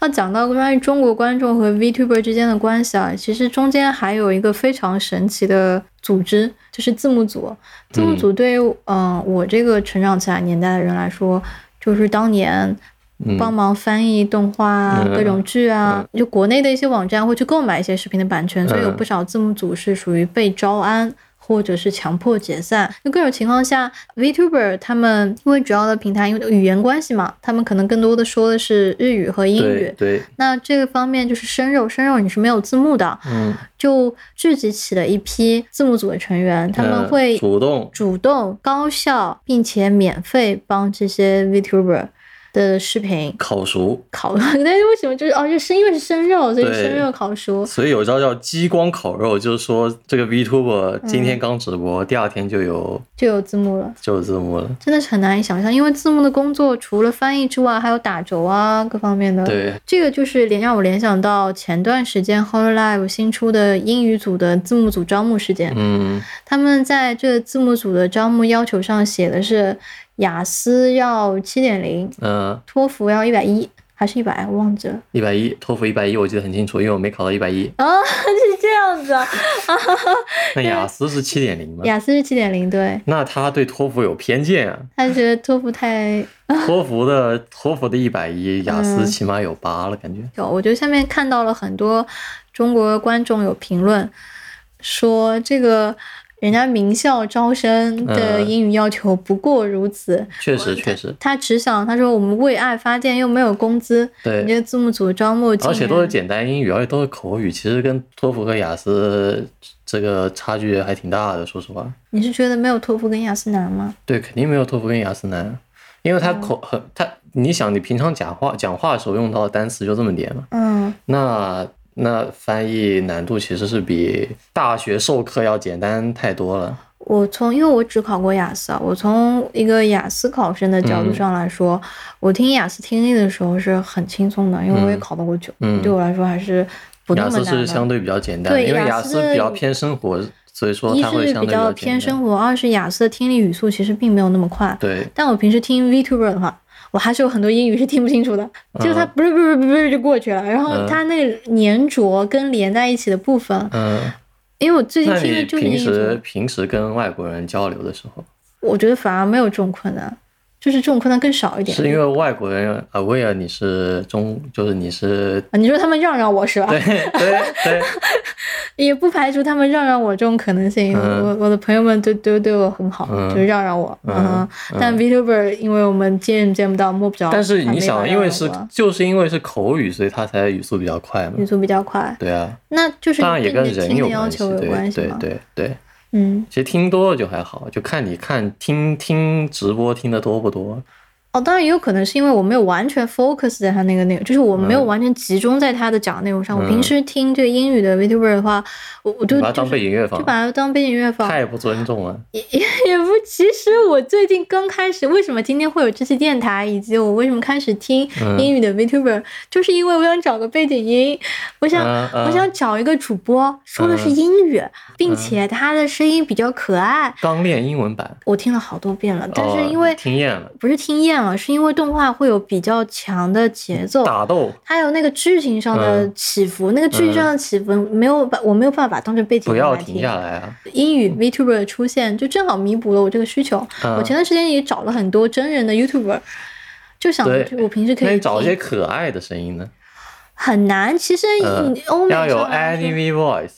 Speaker 1: 那啊讲到关于中国观众和 VTuber 之间的关系啊，其实中间还有一个非常神奇的组织，就是字幕组。字幕组对于嗯、呃我这个成长起来年代的人来说，就是当年
Speaker 2: 嗯，
Speaker 1: 帮忙翻译动画啊、
Speaker 2: 嗯
Speaker 1: 各种剧啊，就国内的一些网站会去购买一些视频的版
Speaker 2: 嗯
Speaker 1: 权，所以有不少字幕组是属于被招安。或者是强迫解散，就各种情况下，VTuber 他们因为主要的平台因为语言关系嘛，他们可能更多的说的是日语和英
Speaker 2: 对
Speaker 1: 语。
Speaker 2: 对，
Speaker 1: 那这个方面就是生肉，生肉你是没有字幕的，
Speaker 2: 嗯，
Speaker 1: 就聚集起了一批字幕组的成员，他们
Speaker 2: 呃
Speaker 1: 会
Speaker 2: 主动，
Speaker 1: 主动、高效并且免费帮这些 VTuber 的视频
Speaker 2: 烤熟，
Speaker 1: 烤。 但是为什么就是哦，就是因为是生肉，所以
Speaker 2: 对
Speaker 1: 生肉烤熟。
Speaker 2: 所以有招叫激光烤肉，就是说这个
Speaker 1: 嗯
Speaker 2: Vtuber 今天刚直播，第二天就有
Speaker 1: 就有字幕了。
Speaker 2: 就有字幕了。
Speaker 1: 真的是很难以想象，因为字幕的工作除了翻译之外，还有打轴啊，各方面的。
Speaker 2: 对，
Speaker 1: 这个就是联让我联想到前段时间 HoloLive 新出的英语组的字幕组招募事件。
Speaker 2: 嗯，
Speaker 1: 他们在这个字幕组的招募要求上写的是雅思要七点零，
Speaker 2: 呃，
Speaker 1: 托福要一百一还是一百，我忘记了。
Speaker 2: 一百一，托福一百一，我记得很清楚，因为我没考到一百一。
Speaker 1: 啊，是这样子啊，
Speaker 2: 那雅思是七点零吗？
Speaker 1: 雅思是七点零，对，
Speaker 2: 那他对托福有偏见 啊！
Speaker 1: 他觉得托福太
Speaker 2: 托福的托福的一百一，雅
Speaker 1: 嗯
Speaker 2: 思起码有八了，感觉。
Speaker 1: 有，我就下面看到了很多中国观众有评论说这个。人家名校招生的
Speaker 2: 嗯
Speaker 1: 英语要求不过如此，
Speaker 2: 确实确实，
Speaker 1: 他只想他说我们为爱发电又没有工资，你
Speaker 2: 对，
Speaker 1: 这字幕组招募竟
Speaker 2: 而且都是
Speaker 1: 然
Speaker 2: 简单英语，而且都是口语，其实跟托福和雅思这个差距还挺大的，说实话。
Speaker 1: 你是觉得没有托福跟雅思难吗？
Speaker 2: 对，肯定没有托福跟雅思难，啊因为它
Speaker 1: 嗯
Speaker 2: 口很它，你想你平常讲话讲话的时候用到的单词就这么点嘛，
Speaker 1: 嗯，
Speaker 2: 那那翻译难度其实是比大学授课要简单太多了。
Speaker 1: 我从因为我只考过雅思啊，我从一个雅思考生的角度
Speaker 2: 嗯
Speaker 1: 上来说，我听雅思听力的时候是很轻松的，因为我也考到过九、
Speaker 2: 嗯
Speaker 1: 对我来说还是不那
Speaker 2: 雅
Speaker 1: 么
Speaker 2: 思
Speaker 1: 难的。
Speaker 2: 是相对比较简单，
Speaker 1: 对
Speaker 2: 因为
Speaker 1: 雅
Speaker 2: 雅
Speaker 1: 思
Speaker 2: 思
Speaker 1: 的
Speaker 2: 比较偏生活，所以说
Speaker 1: 一
Speaker 2: 它会
Speaker 1: 是
Speaker 2: 相
Speaker 1: 比
Speaker 2: 对
Speaker 1: 较
Speaker 2: 较
Speaker 1: 偏
Speaker 2: 简单
Speaker 1: 生活，二是雅思的听力语速其实并没有那么快。
Speaker 2: 对，
Speaker 1: 但我平时听 VTuber 的话，我还是有很多英语是听不清楚的，就它不是不是不是就过去了，然后
Speaker 2: 嗯
Speaker 1: 它那个粘着跟连在一起的部分，
Speaker 2: 嗯，
Speaker 1: 因为我最近
Speaker 2: 那
Speaker 1: 听的
Speaker 2: 你
Speaker 1: 就是
Speaker 2: 平
Speaker 1: 英
Speaker 2: 时
Speaker 1: 语，
Speaker 2: 平时跟外国人交流的时候，
Speaker 1: 我觉得反而没有这种困难，就是这种困难更少一点。
Speaker 2: 是因为外国人 aware 你是中，就是你是
Speaker 1: 啊，你说他们让让我是吧？
Speaker 2: 对对对，
Speaker 1: 也不排除他们让让我这种可能性。
Speaker 2: 嗯
Speaker 1: 我我的朋友们都都对我很好，
Speaker 2: 嗯
Speaker 1: 就让让我。
Speaker 2: 嗯
Speaker 1: 嗯，但 Vtuber 因为我们见见不到摸不着，
Speaker 2: 但
Speaker 1: 还
Speaker 2: 是你
Speaker 1: 没法
Speaker 2: 想，
Speaker 1: 让
Speaker 2: 因为
Speaker 1: 让
Speaker 2: 是
Speaker 1: 我
Speaker 2: 就是因为是口语，所以他才语速比较快嘛
Speaker 1: 语。速比较快，
Speaker 2: 对啊，
Speaker 1: 那就是
Speaker 2: 当然也
Speaker 1: 跟
Speaker 2: 跟
Speaker 1: 你的
Speaker 2: 人
Speaker 1: 听
Speaker 2: 有
Speaker 1: 力要
Speaker 2: 关系，
Speaker 1: 求有
Speaker 2: 对
Speaker 1: 关系
Speaker 2: 对
Speaker 1: 嘛。
Speaker 2: 对对。
Speaker 1: 嗯，
Speaker 2: 其实听多了就还好，就看你看听听直播听的多不多。
Speaker 1: 哦，当然也有可能是因为我没有完全 focus 在他那个内容，就是我没有
Speaker 2: 嗯
Speaker 1: 完全集中在他的讲的内容上。我平时听这个英语的 Vtuber 的话，我我就
Speaker 2: 你把它
Speaker 1: 就
Speaker 2: 当背
Speaker 1: 是
Speaker 2: 景乐
Speaker 1: 就
Speaker 2: 放，
Speaker 1: 把它当背景音乐放，
Speaker 2: 太不尊重了。
Speaker 1: 也不，其实我最近刚开始，为什么今天会有这期电台，以及我为什么开始听
Speaker 2: 嗯
Speaker 1: 英语的 VTuber，、就是因为我想找个背景音，我想、
Speaker 2: 嗯嗯
Speaker 1: 我想找一个主播说的是英语，并且他的声音比较可爱，
Speaker 2: 刚练英文版，
Speaker 1: 我听了好多遍了，但是因为、
Speaker 2: 哦、听厌了，
Speaker 1: 不是听厌了，是因为动画会有比较强的节奏。
Speaker 2: 打斗
Speaker 1: 还有那个剧情上的
Speaker 2: 嗯
Speaker 1: 起伏，那个剧情上的起伏没有把我没有办法把它当成背景
Speaker 2: 不
Speaker 1: 音
Speaker 2: 要
Speaker 1: 来
Speaker 2: 停下来啊！
Speaker 1: 英语 VTuber 的出现，就正好弥补了我这个需求。
Speaker 2: 嗯
Speaker 1: 我前段时间也找了很多真人的 YouTuber，就想
Speaker 2: 对
Speaker 1: 就我平时可
Speaker 2: 那
Speaker 1: 以
Speaker 2: 你找一些
Speaker 1: 听
Speaker 2: 可爱的声音呢？
Speaker 1: 很难。其实
Speaker 2: 嗯
Speaker 1: 你欧美
Speaker 2: 要有
Speaker 1: 上来说
Speaker 2: anime voice，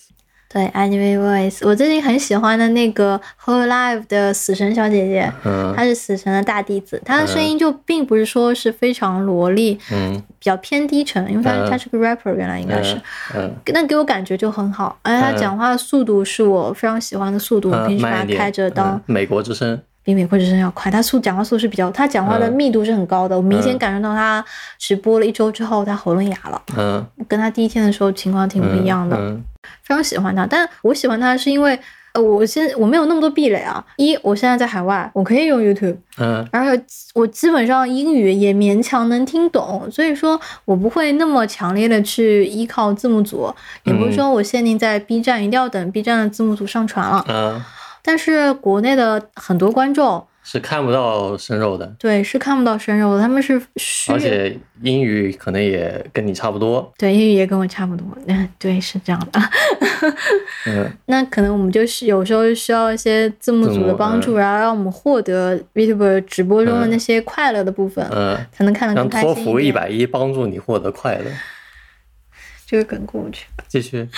Speaker 1: 对，Anime Voice，我最近很喜欢的那个 Whole Live 的死神小姐姐，
Speaker 2: 嗯
Speaker 1: 她是死神的大弟子，她的声音就并不是说是非常萝莉，
Speaker 2: 嗯
Speaker 1: 比较偏低沉，因为她
Speaker 2: 嗯
Speaker 1: 她是个 rapper，原来应该是
Speaker 2: 嗯，嗯
Speaker 1: 那给我感觉就很好，而且她
Speaker 2: 嗯
Speaker 1: 讲话的速度是我非常喜欢的速度，我
Speaker 2: 嗯，
Speaker 1: 平时
Speaker 2: 慢
Speaker 1: 把
Speaker 2: 一
Speaker 1: 它
Speaker 2: 点
Speaker 1: 开着当
Speaker 2: 嗯美国之声，
Speaker 1: 比美国之声要快，他速讲话速度是比较，他讲话的
Speaker 2: 嗯
Speaker 1: 密度是很高的。我明显
Speaker 2: 嗯
Speaker 1: 感受到他直播了一周之后，他喉咙哑了，
Speaker 2: 嗯，
Speaker 1: 跟他第一天的时候情况挺不
Speaker 2: 嗯
Speaker 1: 一样的。
Speaker 2: 嗯
Speaker 1: 非常喜欢他，但我喜欢他是因为，呃，我现在我没有那么多壁垒啊。一，我现在在海外，我可以用 YouTube，
Speaker 2: 嗯
Speaker 1: 然后我基本上英语也勉强能听懂，所以说我不会那么强烈的去依靠字幕组，也不是
Speaker 2: 嗯
Speaker 1: 说我限定在 B 站，一定要等 B 站的字幕组上传了。
Speaker 2: 嗯，
Speaker 1: 但是国内的很多观众。
Speaker 2: 是看不到生肉的，
Speaker 1: 对，是看不到生肉的，他们是虚
Speaker 2: 而
Speaker 1: 的。
Speaker 2: 且英语可能也跟你差不多，
Speaker 1: 对，英语也跟我差不多，嗯，对，是这样的。
Speaker 2: 嗯
Speaker 1: 那可能我们就是有时候需要一些字幕组
Speaker 2: 字
Speaker 1: 的
Speaker 2: 幕嗯
Speaker 1: 帮助，然后让我们获得 VTuber 直播中的那些快乐的部分，
Speaker 2: 嗯，
Speaker 1: 才能看得
Speaker 2: 让
Speaker 1: 更开
Speaker 2: 托
Speaker 1: 心
Speaker 2: 福一
Speaker 1: 点
Speaker 2: 百一帮助你获得快乐。
Speaker 1: 这个梗过不去。
Speaker 2: 继续，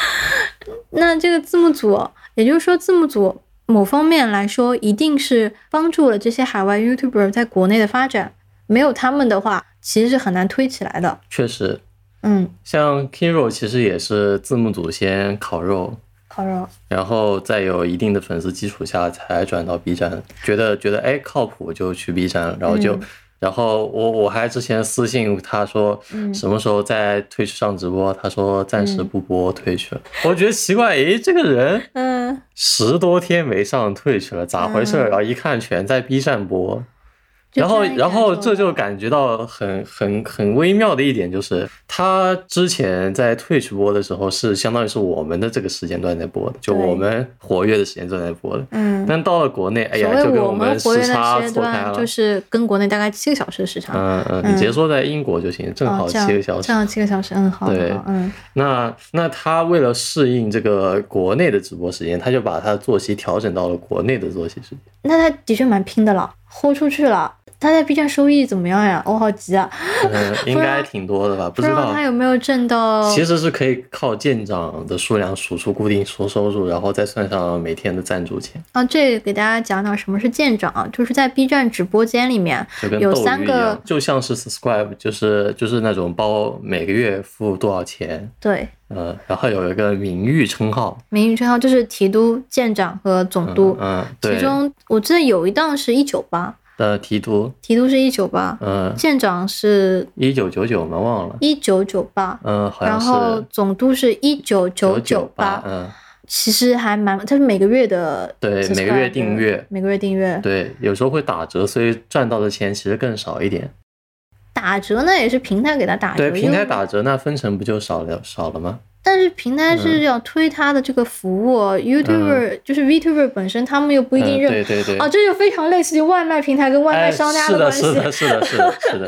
Speaker 1: 那这个字幕组，也就是说字幕组某方面来说，一定是帮助了这些海外 YouTuber 在国内的发展。没有他们的话，其实是很难推起来的。
Speaker 2: 确实，
Speaker 1: 嗯，
Speaker 2: 像 Kiro 其实也是字幕组先烤肉，
Speaker 1: 烤肉。
Speaker 2: 然后再有一定的粉丝基础下才转到 B 站，觉得觉得哎靠谱就去 B 站，然后就。
Speaker 1: 嗯
Speaker 2: 然后我我还之前私信他说
Speaker 1: 嗯
Speaker 2: 什么时候在推去上直播，他说暂时不播推去了。我觉得奇怪，诶，这个人
Speaker 1: 嗯，
Speaker 2: 十多天没上 Twitch 了，咋回事儿？
Speaker 1: 嗯
Speaker 2: 然后一看全在 B 站播，
Speaker 1: 就
Speaker 2: 然后
Speaker 1: 这样一
Speaker 2: 然后
Speaker 1: 感受
Speaker 2: 这就
Speaker 1: 到
Speaker 2: 感觉到很很很微妙的一点就是，他之前在 Twitch 播的时候是相当于是我们的这个时间段在播的，就
Speaker 1: 对
Speaker 2: 我们活跃的时间段在播的。
Speaker 1: 嗯，
Speaker 2: 但到了国内，哎
Speaker 1: 所
Speaker 2: 呀，
Speaker 1: 谓
Speaker 2: 就跟
Speaker 1: 我
Speaker 2: 们
Speaker 1: 活跃
Speaker 2: 时
Speaker 1: 的
Speaker 2: 差
Speaker 1: 时间
Speaker 2: 错开
Speaker 1: 段，
Speaker 2: 了。
Speaker 1: 就是跟国内大概七个小时的时差。
Speaker 2: 嗯嗯，你直接说在英国就行，正
Speaker 1: 哦
Speaker 2: 好，
Speaker 1: 这
Speaker 2: 七
Speaker 1: 样
Speaker 2: 个小时
Speaker 1: 正。好七个小时，嗯，好，好
Speaker 2: 对
Speaker 1: 好嗯，
Speaker 2: 那那他为了适应这个国内的直播时间，他就把他的作息调整到了国内的作息 时间。
Speaker 1: 那他的确蛮拼的了，豁出去了。他在 B 站收益怎么样呀？我好急啊！
Speaker 2: 嗯，应该挺多的吧？不
Speaker 1: 不
Speaker 2: 知
Speaker 1: 知道
Speaker 2: 道
Speaker 1: 他，有没有挣到？
Speaker 2: 其实是可以靠舰长的数量数出固定收收入，然后再算上每天的赞助钱，
Speaker 1: 啊，这个给大家讲讲什么是舰长啊，就是在 B 站直播间里面
Speaker 2: 就跟
Speaker 1: 有
Speaker 2: 斗
Speaker 1: 三
Speaker 2: 鱼一样
Speaker 1: 个，
Speaker 2: 就像是 subscribe，就是就是那种包每个月付多少钱，
Speaker 1: 对
Speaker 2: 呃，然后有一个名誉称号，
Speaker 1: 名誉称号，就是提督、舰长和总督
Speaker 2: 嗯。嗯，
Speaker 1: 其
Speaker 2: 对，
Speaker 1: 中我记得有一档是一九八，
Speaker 2: 呃，提督，
Speaker 1: 提督是一九八，
Speaker 2: 嗯，
Speaker 1: 舰长是
Speaker 2: 一九九九嘛，忘了，
Speaker 1: 一九九八，
Speaker 2: 嗯，好
Speaker 1: 然
Speaker 2: 像
Speaker 1: 后
Speaker 2: 是
Speaker 1: 总督是一九九
Speaker 2: 九
Speaker 1: 八，
Speaker 2: 嗯，
Speaker 1: 其实还蛮，它是每个月的，
Speaker 2: 对每个月订阅
Speaker 1: 每个月订阅，
Speaker 2: 对，有时候会打折，所以赚到的钱其实更少一点。
Speaker 1: 打折呢也是平台给它打折，
Speaker 2: 对，平台
Speaker 1: 因为，
Speaker 2: 打嗯折，那分成不就少了少了吗？
Speaker 1: 但是平台是要推它的这个服务、y o u t u b e r 就是 VTuber 本身他们又不一定
Speaker 2: 嗯，
Speaker 1: 认。
Speaker 2: 对对对。
Speaker 1: 哦，这就非常类似于外卖平台跟外卖商家
Speaker 2: 哎
Speaker 1: 关系，
Speaker 2: 是的，是的，是的，是的，是的，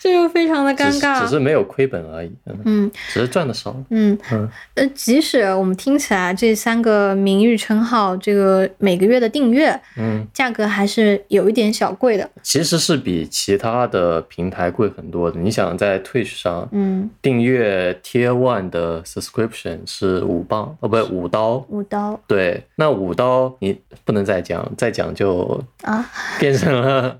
Speaker 1: 这 就非常的 尴
Speaker 2: 只是只
Speaker 1: 尬。
Speaker 2: 是没有亏本而已，嗯，
Speaker 1: 嗯
Speaker 2: 只是赚的少了。
Speaker 1: 嗯
Speaker 2: 嗯
Speaker 1: 呃，即使我们听起来这三个名誉称号，这个每个月的订阅
Speaker 2: 嗯，
Speaker 1: 价格还是有一点小贵的。
Speaker 2: 其实是比其他的平台贵很多的。你想在 Twitch 上
Speaker 1: 嗯，
Speaker 2: 订阅 Tier One 的 subscription 是五磅，哦，不是五刀。
Speaker 1: 五刀
Speaker 2: 对，那五刀你不能再讲，再讲就
Speaker 1: 啊，
Speaker 2: 变成了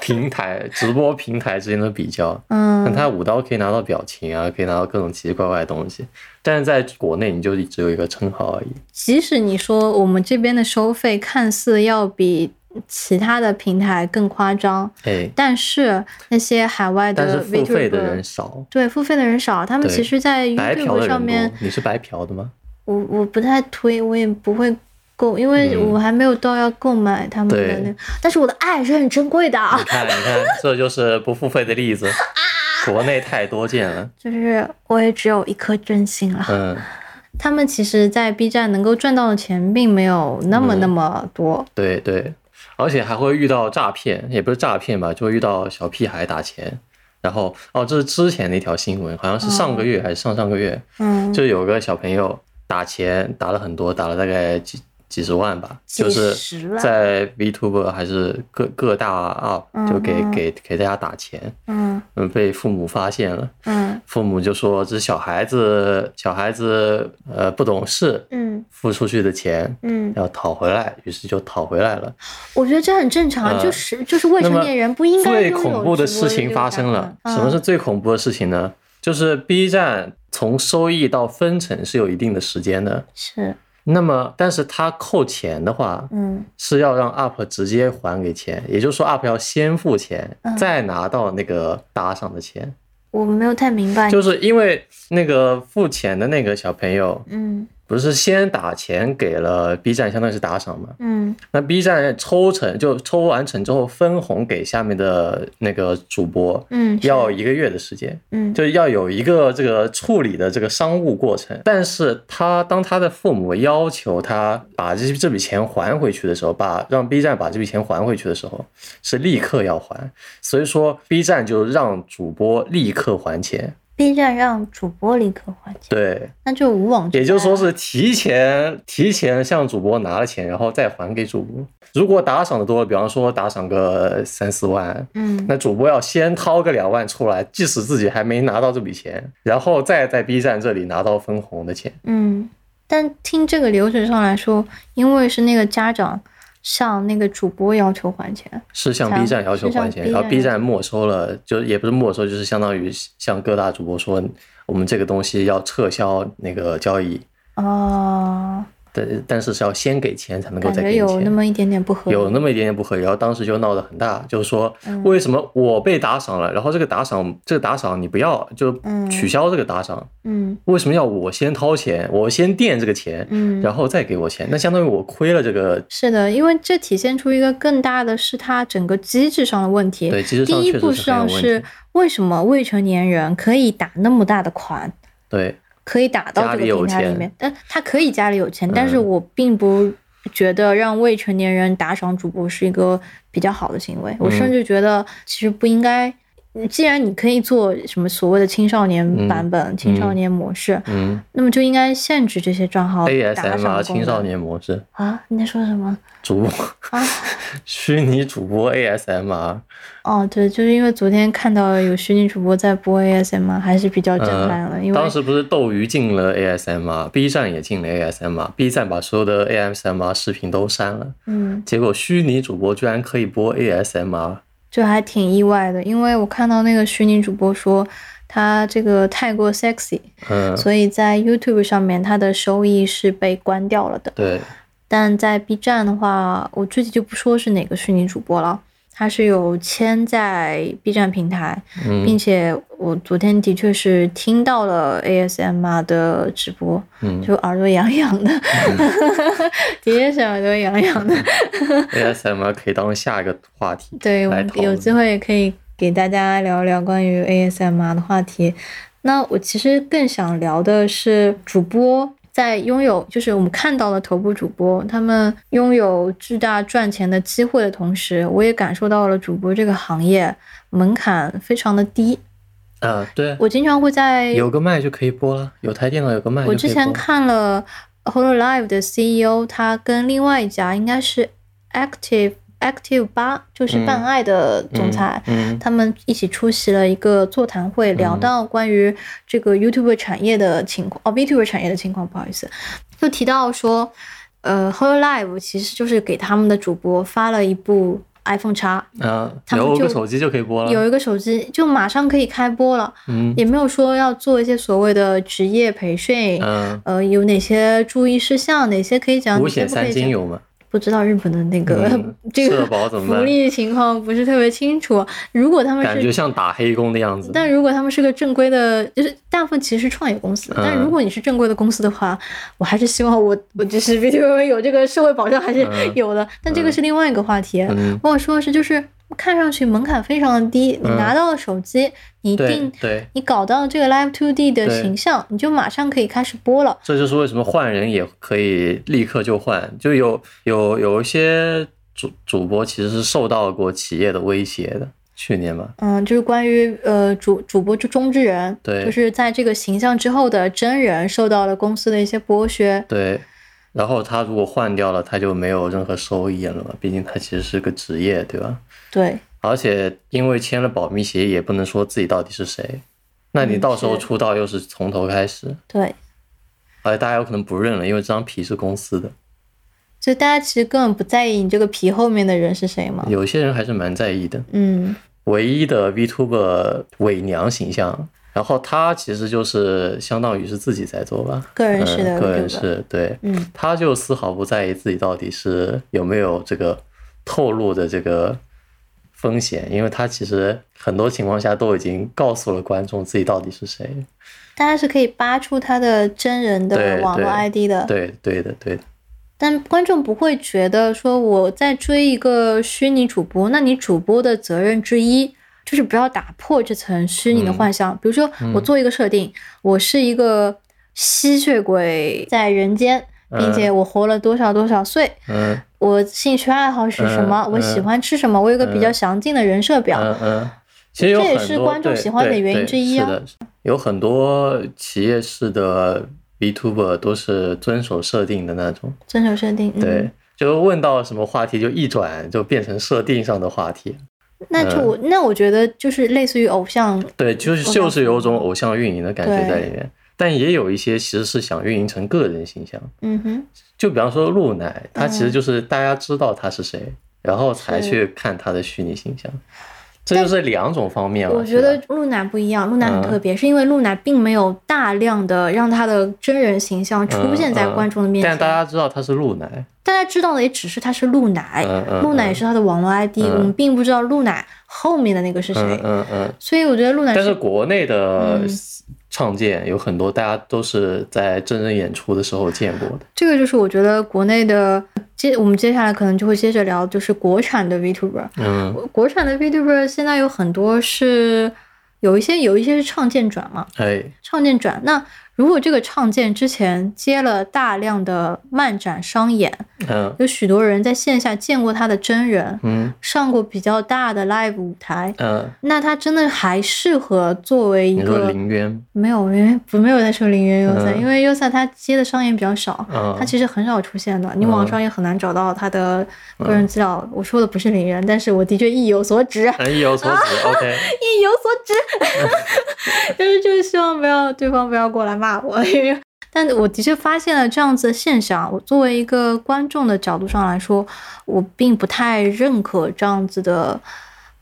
Speaker 2: 平台直播平台之间的比较。但
Speaker 1: 嗯，
Speaker 2: 它五刀可以拿到表情啊，可以拿到各种奇奇怪怪的东西，但是在国内你就只有一个称号而已。
Speaker 1: 即使你说我们这边的收费看似要比其他的平台更夸张，
Speaker 2: 哎，
Speaker 1: 但是那些海外
Speaker 2: 但是
Speaker 1: 的 v t
Speaker 2: 付
Speaker 1: u b
Speaker 2: 费
Speaker 1: e
Speaker 2: 的人少，
Speaker 1: 对付费的人少，他们
Speaker 2: 对
Speaker 1: 其实在
Speaker 2: 白嫖
Speaker 1: YouTube
Speaker 2: 的
Speaker 1: 上
Speaker 2: 人
Speaker 1: 面
Speaker 2: 多。，你是白嫖的吗？
Speaker 1: 我我不太推，我也不会购，因为
Speaker 2: 嗯
Speaker 1: 我还没有到要购买他们的
Speaker 2: 对
Speaker 1: 那个。但是我的爱是很珍贵的啊
Speaker 2: 你，看，你看，这就是不付费的例子， 国内太多见了。
Speaker 1: 就是我也只有一颗真心了。
Speaker 2: 嗯，
Speaker 1: 他们其实，在 B 站能够赚到的钱并没有那么
Speaker 2: 嗯
Speaker 1: 那么多。
Speaker 2: 对对，而且还会遇到诈骗，也不是诈骗吧，就会遇到小屁孩打钱。然后哦，这是之前的一条新闻，好像是上个月还是上上个月，
Speaker 1: 哦嗯
Speaker 2: 就有个小朋友打钱打了很多，打了大概几几十万吧，
Speaker 1: 几
Speaker 2: 就是
Speaker 1: 十万
Speaker 2: 在 VTuber 还是各各大 UP 就给、
Speaker 1: 嗯哼
Speaker 2: 给给大家打钱，
Speaker 1: 嗯
Speaker 2: 嗯，被父母发现了，
Speaker 1: 嗯
Speaker 2: 父母就说这小孩子小孩子呃不懂事，
Speaker 1: 嗯
Speaker 2: 付出去的钱
Speaker 1: 嗯，
Speaker 2: 要讨回来，于是就讨回来了。
Speaker 1: 我觉得这很正常，
Speaker 2: 呃
Speaker 1: 就是就是未
Speaker 2: 那
Speaker 1: 成
Speaker 2: 么
Speaker 1: 年人不应该
Speaker 2: 最
Speaker 1: 拥有
Speaker 2: 恐怖的
Speaker 1: 直播
Speaker 2: 事情
Speaker 1: 这个
Speaker 2: 发
Speaker 1: 想
Speaker 2: 生了
Speaker 1: 法。嗯、
Speaker 2: 什么是最恐怖的事情呢？就是 B 站从收益到分成是有一定的时间的，
Speaker 1: 是
Speaker 2: 那么但是它扣钱的话，
Speaker 1: 嗯
Speaker 2: 是要让 UP 直接还给钱，也就是说 UP 要先付钱
Speaker 1: 嗯，
Speaker 2: 再拿到那个搭上的钱，
Speaker 1: 我没有太明白，
Speaker 2: 就是因为那个付钱的那个小朋友。
Speaker 1: 嗯
Speaker 2: 不是先打钱给了 B 站，相当于是打赏嘛？
Speaker 1: 嗯
Speaker 2: 那 B 站抽成就抽完成之后分红给下面的那个主播，
Speaker 1: 嗯是
Speaker 2: 要一个月的时间，
Speaker 1: 嗯
Speaker 2: 就要有一个这个处理的这个商务过程。但是他当他的父母要求他把这这笔钱还回去的时候，把让 B 站把这笔钱还回去的时候，是立刻要还。所以说 B 站就让主播立刻还钱，
Speaker 1: ，B 站让主播立刻还钱，
Speaker 2: 对，
Speaker 1: 那就无网
Speaker 2: 也就是说
Speaker 1: 站啊
Speaker 2: 是提前提前向主播拿了钱，然后再还给主播。如果打赏的多，比方说打赏个三四万，
Speaker 1: 嗯
Speaker 2: 那主播要先掏个两万出来，即使自己还没拿到这笔钱，然后再在 B 站这里拿到分红的钱。
Speaker 1: 嗯，但听这个流程上来说，因为是那个家长向那个主播要求还钱，
Speaker 2: 是向 B 站要求还钱，
Speaker 1: 是向 B 站
Speaker 2: 然后 B 站没收了，就也不是没收，就是相当于向各大主播说，我们这个东西要撤销那个交易，
Speaker 1: 哦，
Speaker 2: 但但是是要先给钱才能够
Speaker 1: 感
Speaker 2: 再
Speaker 1: 觉
Speaker 2: 给你
Speaker 1: 有
Speaker 2: 钱。
Speaker 1: 那么一点点不嗯合理，
Speaker 2: 有那么一点点不合理，然后当时就闹得很大，就是说为什么我被打赏了，然后这个打赏这个打赏你不要，就
Speaker 1: 嗯
Speaker 2: 取消这个打赏，
Speaker 1: 嗯
Speaker 2: 为什么要我先掏钱，我先垫这个钱，
Speaker 1: 嗯，
Speaker 2: 然后再给我钱，那相当于我亏了这个。
Speaker 1: 是的，因为这体现出一个更大的是它整个机制上的问题。
Speaker 2: 对，其实
Speaker 1: 第
Speaker 2: 上
Speaker 1: 一
Speaker 2: 确
Speaker 1: 步
Speaker 2: 实是
Speaker 1: 上
Speaker 2: 很有问
Speaker 1: 是
Speaker 2: 题。
Speaker 1: 为什么未成年人可以打那么大的款，
Speaker 2: 对，
Speaker 1: 可以打到
Speaker 2: 家
Speaker 1: 这
Speaker 2: 里
Speaker 1: 个
Speaker 2: 有
Speaker 1: 平台里
Speaker 2: 钱
Speaker 1: 面？但他可以家里有钱，但是
Speaker 2: 嗯
Speaker 1: 我并不觉得让未成年人打赏主播是一个比较好的行为。我甚
Speaker 2: 嗯
Speaker 1: 至觉得其实不应该。既然你可以做什么所谓的青少年
Speaker 2: 嗯
Speaker 1: 版本、青少
Speaker 2: 嗯
Speaker 1: 年模式，
Speaker 2: 嗯
Speaker 1: 那么就应该限制这些账号哦打赏
Speaker 2: ，ASMR
Speaker 1: 功
Speaker 2: 啊青少
Speaker 1: 能
Speaker 2: 年模式，
Speaker 1: 啊？你在说什么
Speaker 2: 主播
Speaker 1: 啊？
Speaker 2: 虚拟主播 ASMR，
Speaker 1: 哦，对，就是因为昨天看到有虚拟主播在播 ASMR，还是比较震撼了。因为
Speaker 2: 嗯当时不是斗鱼进了 ASMR，B 啊站也进了 ASMR，B 啊站把所有的 ASMR 啊视频都删了。
Speaker 1: 嗯，
Speaker 2: 结果虚拟主播居然可以播 ASMR，
Speaker 1: 就还挺意外的，因为我看到那个虚拟主播说他这个太过 sexy，、
Speaker 2: 嗯，
Speaker 1: 所以在 YouTube 上面他的收益是被关掉了的。
Speaker 2: 对，
Speaker 1: 但在 B 站的话，我具体就不说是哪个虚拟主播了，他是有签在 B 站平台，并
Speaker 2: 嗯
Speaker 1: 且我昨天的确是听到了 ASMR 的直播，
Speaker 2: 嗯
Speaker 1: 就耳朵痒痒的， 的确是耳朵痒痒的。
Speaker 2: ，ASMR 可以当下一个话题，
Speaker 1: 对，我
Speaker 2: 来
Speaker 1: 们
Speaker 2: 讨
Speaker 1: 有
Speaker 2: 论
Speaker 1: 机会也可以给大家聊聊关于 ASMR 的话题。那我其实更想聊的是主播。在拥有就是我们看到的头部主播，他们拥有巨大赚钱的机会的同时，我也感受到了主播这个行业门槛非常的低。
Speaker 2: 啊，对，
Speaker 1: 我经常会在
Speaker 2: 有个麦就可以播了，有台电脑有个麦就
Speaker 1: 我
Speaker 2: 可以播。
Speaker 1: 之前看了 Hololive 的 CEO，他跟另外一家应该是 Active Active 八，就是办爱的总裁，
Speaker 2: 嗯，嗯，
Speaker 1: 他们一起出席了一个座谈会，聊到关于这个 YouTube 产业的情况，哦，VTuber 产业的情况，不好意思，就提到说，呃，Hololive 其实就是给他们的主播发了一部 iPhone 叉，
Speaker 2: 啊，
Speaker 1: 他们
Speaker 2: 有
Speaker 1: 就
Speaker 2: 个手机就可以播了。
Speaker 1: 有一个手机就马上可以开播了，
Speaker 2: 嗯
Speaker 1: 也没有说要做一些所谓的职业培训，
Speaker 2: 嗯，
Speaker 1: 呃，有哪些注意事项，哪些可以讲，
Speaker 2: 五
Speaker 1: 哪些
Speaker 2: 险
Speaker 1: 不可
Speaker 2: 三
Speaker 1: 以
Speaker 2: 金
Speaker 1: 讲。
Speaker 2: 有吗？
Speaker 1: 不知道日本的那个、
Speaker 2: 嗯
Speaker 1: 这
Speaker 2: 社
Speaker 1: 个
Speaker 2: 保怎么
Speaker 1: 福
Speaker 2: 办
Speaker 1: 利情况不是特别清楚。如果他们
Speaker 2: 感觉
Speaker 1: 是，
Speaker 2: 像打黑工的样子。
Speaker 1: 但如果他们是个正规的，就是大部分其实是创业公司。但
Speaker 2: 嗯
Speaker 1: 如果你是正规的公司的话，我还是希望我我就是 VTV 有这个社会保障还是
Speaker 2: 嗯
Speaker 1: 有的。但这个是另外一个话题。
Speaker 2: 嗯，
Speaker 1: 我想说的是，就是看上去门槛非常的低，你
Speaker 2: 嗯
Speaker 1: 拿到了手机，你一
Speaker 2: 对
Speaker 1: 定。
Speaker 2: 对，
Speaker 1: 你搞到这个 Live Two D 的
Speaker 2: 对
Speaker 1: 形象，你就马上可以开始播了。
Speaker 2: 这就是为什么换人也可以立刻就换，就有有有一些主主播其实是受到过企业的威胁的，去年吧。
Speaker 1: 嗯，就是关于呃主主播就中之人，
Speaker 2: 对
Speaker 1: 就是在这个形象之后的真人受到了公司的一些剥削，
Speaker 2: 对，然后他如果换掉了，他就没有任何收益了嘛，毕竟他其实是个职业，对吧？
Speaker 1: 对，
Speaker 2: 而且因为签了保密协议，也不能说自己到底是谁，那你
Speaker 1: 嗯
Speaker 2: 到时候
Speaker 1: 是
Speaker 2: 出道又是从头开始，
Speaker 1: 对，
Speaker 2: 而且大家有可能不认了，因为这张皮是公司的。
Speaker 1: 所以大家其实根本不在意你这个皮后面的人是谁嘛。
Speaker 2: 有些人还是蛮在意的。
Speaker 1: 嗯，
Speaker 2: 唯一的 VTuber 伪娘形象，然后她其实就是相当于是自己在做吧，
Speaker 1: 个人式的
Speaker 2: 嗯、个
Speaker 1: VTuber
Speaker 2: 人是对，
Speaker 1: 嗯，
Speaker 2: 她就丝毫不在意自己到底是有没有这个透露的这个风险，因为她其实很多情况下都已经告诉了观众自己到底是谁。
Speaker 1: 大家是可以扒出他的真人的
Speaker 2: 对
Speaker 1: 网络
Speaker 2: 对
Speaker 1: ID 的，
Speaker 2: 对，对的，对的，
Speaker 1: 但观众不会觉得说我在追一个虚拟主播，那你主播的责任之一就是不要打破这层虚
Speaker 2: 嗯
Speaker 1: 拟的幻想。比如说，我做一个设定，我是一个吸血鬼在人间，并且我活了多少多少岁，
Speaker 2: 嗯
Speaker 1: 我兴趣爱好是什么，
Speaker 2: 嗯
Speaker 1: 我喜欢吃什么，我有个比较详尽的人设表。
Speaker 2: 嗯嗯。其实有
Speaker 1: 这也
Speaker 2: 很
Speaker 1: 是
Speaker 2: 多
Speaker 1: 观众
Speaker 2: 对
Speaker 1: 喜欢
Speaker 2: 对
Speaker 1: 的原因
Speaker 2: 对
Speaker 1: 之一啊
Speaker 2: 是的，有很多企业式的 VTuber 都是遵守设定的那种。
Speaker 1: 遵守设定，嗯、
Speaker 2: 对，，就问到什么话题就一转就变成设定上的话题，
Speaker 1: 那就
Speaker 2: 嗯
Speaker 1: 我、那我觉得就是类似于偶像，
Speaker 2: 对，就是
Speaker 1: 我
Speaker 2: 就是有
Speaker 1: 想
Speaker 2: 种偶像运营的感觉在里面，但也有一些其实是想运营成个人形象，
Speaker 1: 嗯哼，
Speaker 2: 就比方说露奶，他其实
Speaker 1: 嗯
Speaker 2: 就是大家知道他是谁，然后才
Speaker 1: 是
Speaker 2: 去看他的虚拟形象，这就是两种方面了。
Speaker 1: 我
Speaker 2: 是
Speaker 1: 觉得
Speaker 2: 吧
Speaker 1: 露娜不一样，露娜很
Speaker 2: 啊嗯
Speaker 1: 特别，是因为露娜并没有大量的让她的真人形象出现在
Speaker 2: 嗯嗯
Speaker 1: 观众的面前，
Speaker 2: 但大家知道他是露奶，
Speaker 1: 大家知道的也只是她是露奶，
Speaker 2: 嗯嗯
Speaker 1: 哎露奶也是她的网络 ID，、
Speaker 2: 嗯
Speaker 1: 我们并不知道露奶后面的那个是谁，
Speaker 2: 嗯嗯嗯。
Speaker 1: 所以我觉得露奶
Speaker 2: 但是国内的
Speaker 1: 嗯
Speaker 2: 创建有很多，大家都是在真人演出的时候见过的。
Speaker 1: 这个就是我觉得国内的接我们接下来可能就会接着聊，就是国产的 Vtuber，
Speaker 2: 嗯
Speaker 1: 国产的 Vtuber 现在有很多是有一些有一些是唱见转嘛，
Speaker 2: 哎，
Speaker 1: 唱见转。那如果这个唱见之前接了大量的漫展商演，
Speaker 2: 嗯
Speaker 1: 有许多人在线下见过他的真人，
Speaker 2: 嗯
Speaker 1: 上过比较大的 live 舞台，
Speaker 2: 嗯，
Speaker 1: 那他真的还适合作为一
Speaker 2: 你说
Speaker 1: 个
Speaker 2: 林渊，
Speaker 1: 没有，因为不没有在说林源优赛，
Speaker 2: 嗯
Speaker 1: 因为优赛他接的商演比较少，
Speaker 2: 嗯
Speaker 1: 他其实很少出现
Speaker 2: 哦
Speaker 1: 的，你网上也很难找到他的个人资料。我说的不是林源，但是我的确意有所指，
Speaker 2: 嗯，意有所 指，OK，
Speaker 1: 意有所指， 就是就是希望不要对方不要过来骂我， 因为。但我的确发现了这样子的现象。我作为一个观众的角度上来说，我并不太认可这样子的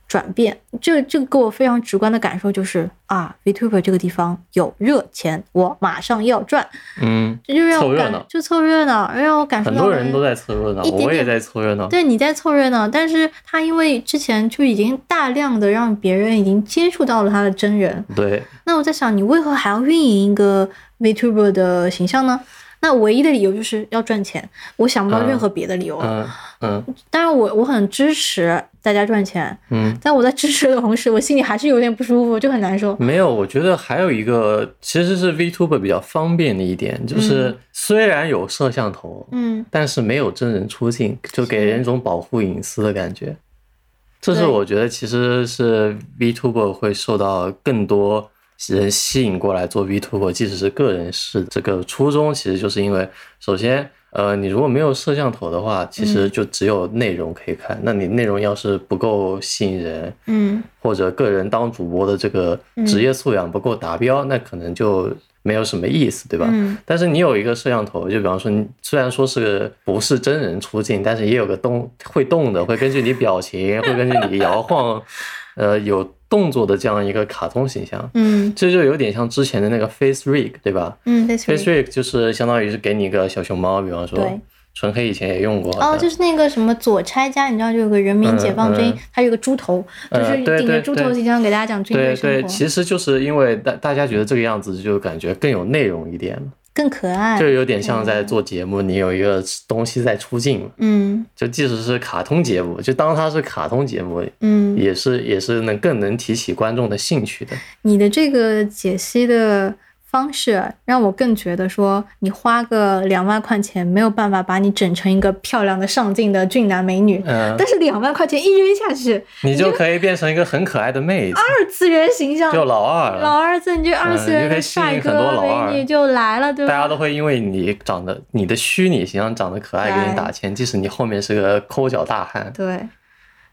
Speaker 1: 转变。这这个给我非常直观的感受就是啊，Vtuber 这个地方有热钱，我马上要赚，
Speaker 2: 嗯，
Speaker 1: 这就让
Speaker 2: 凑
Speaker 1: 我
Speaker 2: 热
Speaker 1: 感
Speaker 2: 闹
Speaker 1: 就凑热闹，让我感受
Speaker 2: 很
Speaker 1: 到
Speaker 2: 多
Speaker 1: 了
Speaker 2: 人都在凑热闹，
Speaker 1: 一点点
Speaker 2: 我也在凑热闹，
Speaker 1: 对你在凑热闹，但是他因为之前就已经大量的让别人已经接触到了他的真人，
Speaker 2: 对，
Speaker 1: 那我在想，你为何还要运营一个 Vtuber 的形象呢？那唯一的理由就是要赚钱，我想不到
Speaker 2: 嗯
Speaker 1: 任何别的理由了。
Speaker 2: 嗯嗯
Speaker 1: 当然我我很支持大家赚钱，
Speaker 2: 嗯，
Speaker 1: 但我在支持的同时，我心里还是有点不舒服，就很难受。
Speaker 2: 没有，我觉得还有一个其实是 VTuber 比较方便的一点，就是虽然有摄像头，
Speaker 1: 嗯，
Speaker 2: 但是没有真人出镜，就给人一种保护隐私的感觉。这是
Speaker 1: 对
Speaker 2: 我觉得其实是 VTuber 会受到更多人吸引过来做 VTuber，即使是个人是这个初衷，其实就是因为首先。呃，你如果没有摄像头的话，其
Speaker 1: 嗯
Speaker 2: 实就只有内容可以看。那你内容要是不够吸引人，
Speaker 1: 嗯，
Speaker 2: 或者个人当主播的这个职业素养不够达标，那可能就没有什么意思，对吧？
Speaker 1: 嗯
Speaker 2: 但是你有一个摄像头，就比方说你虽然说是不是真人出镜，但是也有个动会动的，会根据你表情，会根据你摇晃， 呃，有动作的这样一个卡通形象，
Speaker 1: 嗯
Speaker 2: 这就有点像之前的那个 Face Rig，对吧
Speaker 1: 嗯，类似于
Speaker 2: ？Face Rig 就是相当于是给你一个小熊猫，比方说
Speaker 1: 对
Speaker 2: 纯黑以前也用过，好
Speaker 1: 哦，
Speaker 2: 像
Speaker 1: 就是那个什么左拆家，你知道就有个人民解放军，
Speaker 2: 嗯嗯
Speaker 1: 他有个猪头，
Speaker 2: 嗯
Speaker 1: 就是
Speaker 2: 对
Speaker 1: 顶着
Speaker 2: 对
Speaker 1: 猪头
Speaker 2: 对
Speaker 1: 形象给大家讲军队
Speaker 2: 对
Speaker 1: 生
Speaker 2: 对，
Speaker 1: 活，
Speaker 2: 其实就是因为大大家觉得这个样子就感觉更有内容一点了。
Speaker 1: 更可爱。
Speaker 2: 就有点像在做节目，你有一个东西在出镜嘛，
Speaker 1: 嗯
Speaker 2: 就即使是卡通节目，就当它是卡通节目，
Speaker 1: 嗯，
Speaker 2: 也是也是能更能提起观众的兴趣的。
Speaker 1: 你的这个解析的方式，让我更觉得说，你花个两万块钱没有办法把你整成一个漂亮的、上镜的俊男美女，
Speaker 2: 嗯、
Speaker 1: 但是两万块钱一扔下去，
Speaker 2: 你就可以变成一个很可爱的妹子，
Speaker 1: 二次元形象
Speaker 2: 就老二了。
Speaker 1: 老二次，你这二次
Speaker 2: 嗯
Speaker 1: 元
Speaker 2: 你就可
Speaker 1: 的
Speaker 2: 以吸引
Speaker 1: 帅
Speaker 2: 很多
Speaker 1: 哥
Speaker 2: 老二
Speaker 1: 美女就来了，对
Speaker 2: 大
Speaker 1: 吧？
Speaker 2: 家都会因为你长得你的虚拟形象长得可爱给你打钱，即使你后面是个抠脚大汉。
Speaker 1: 对，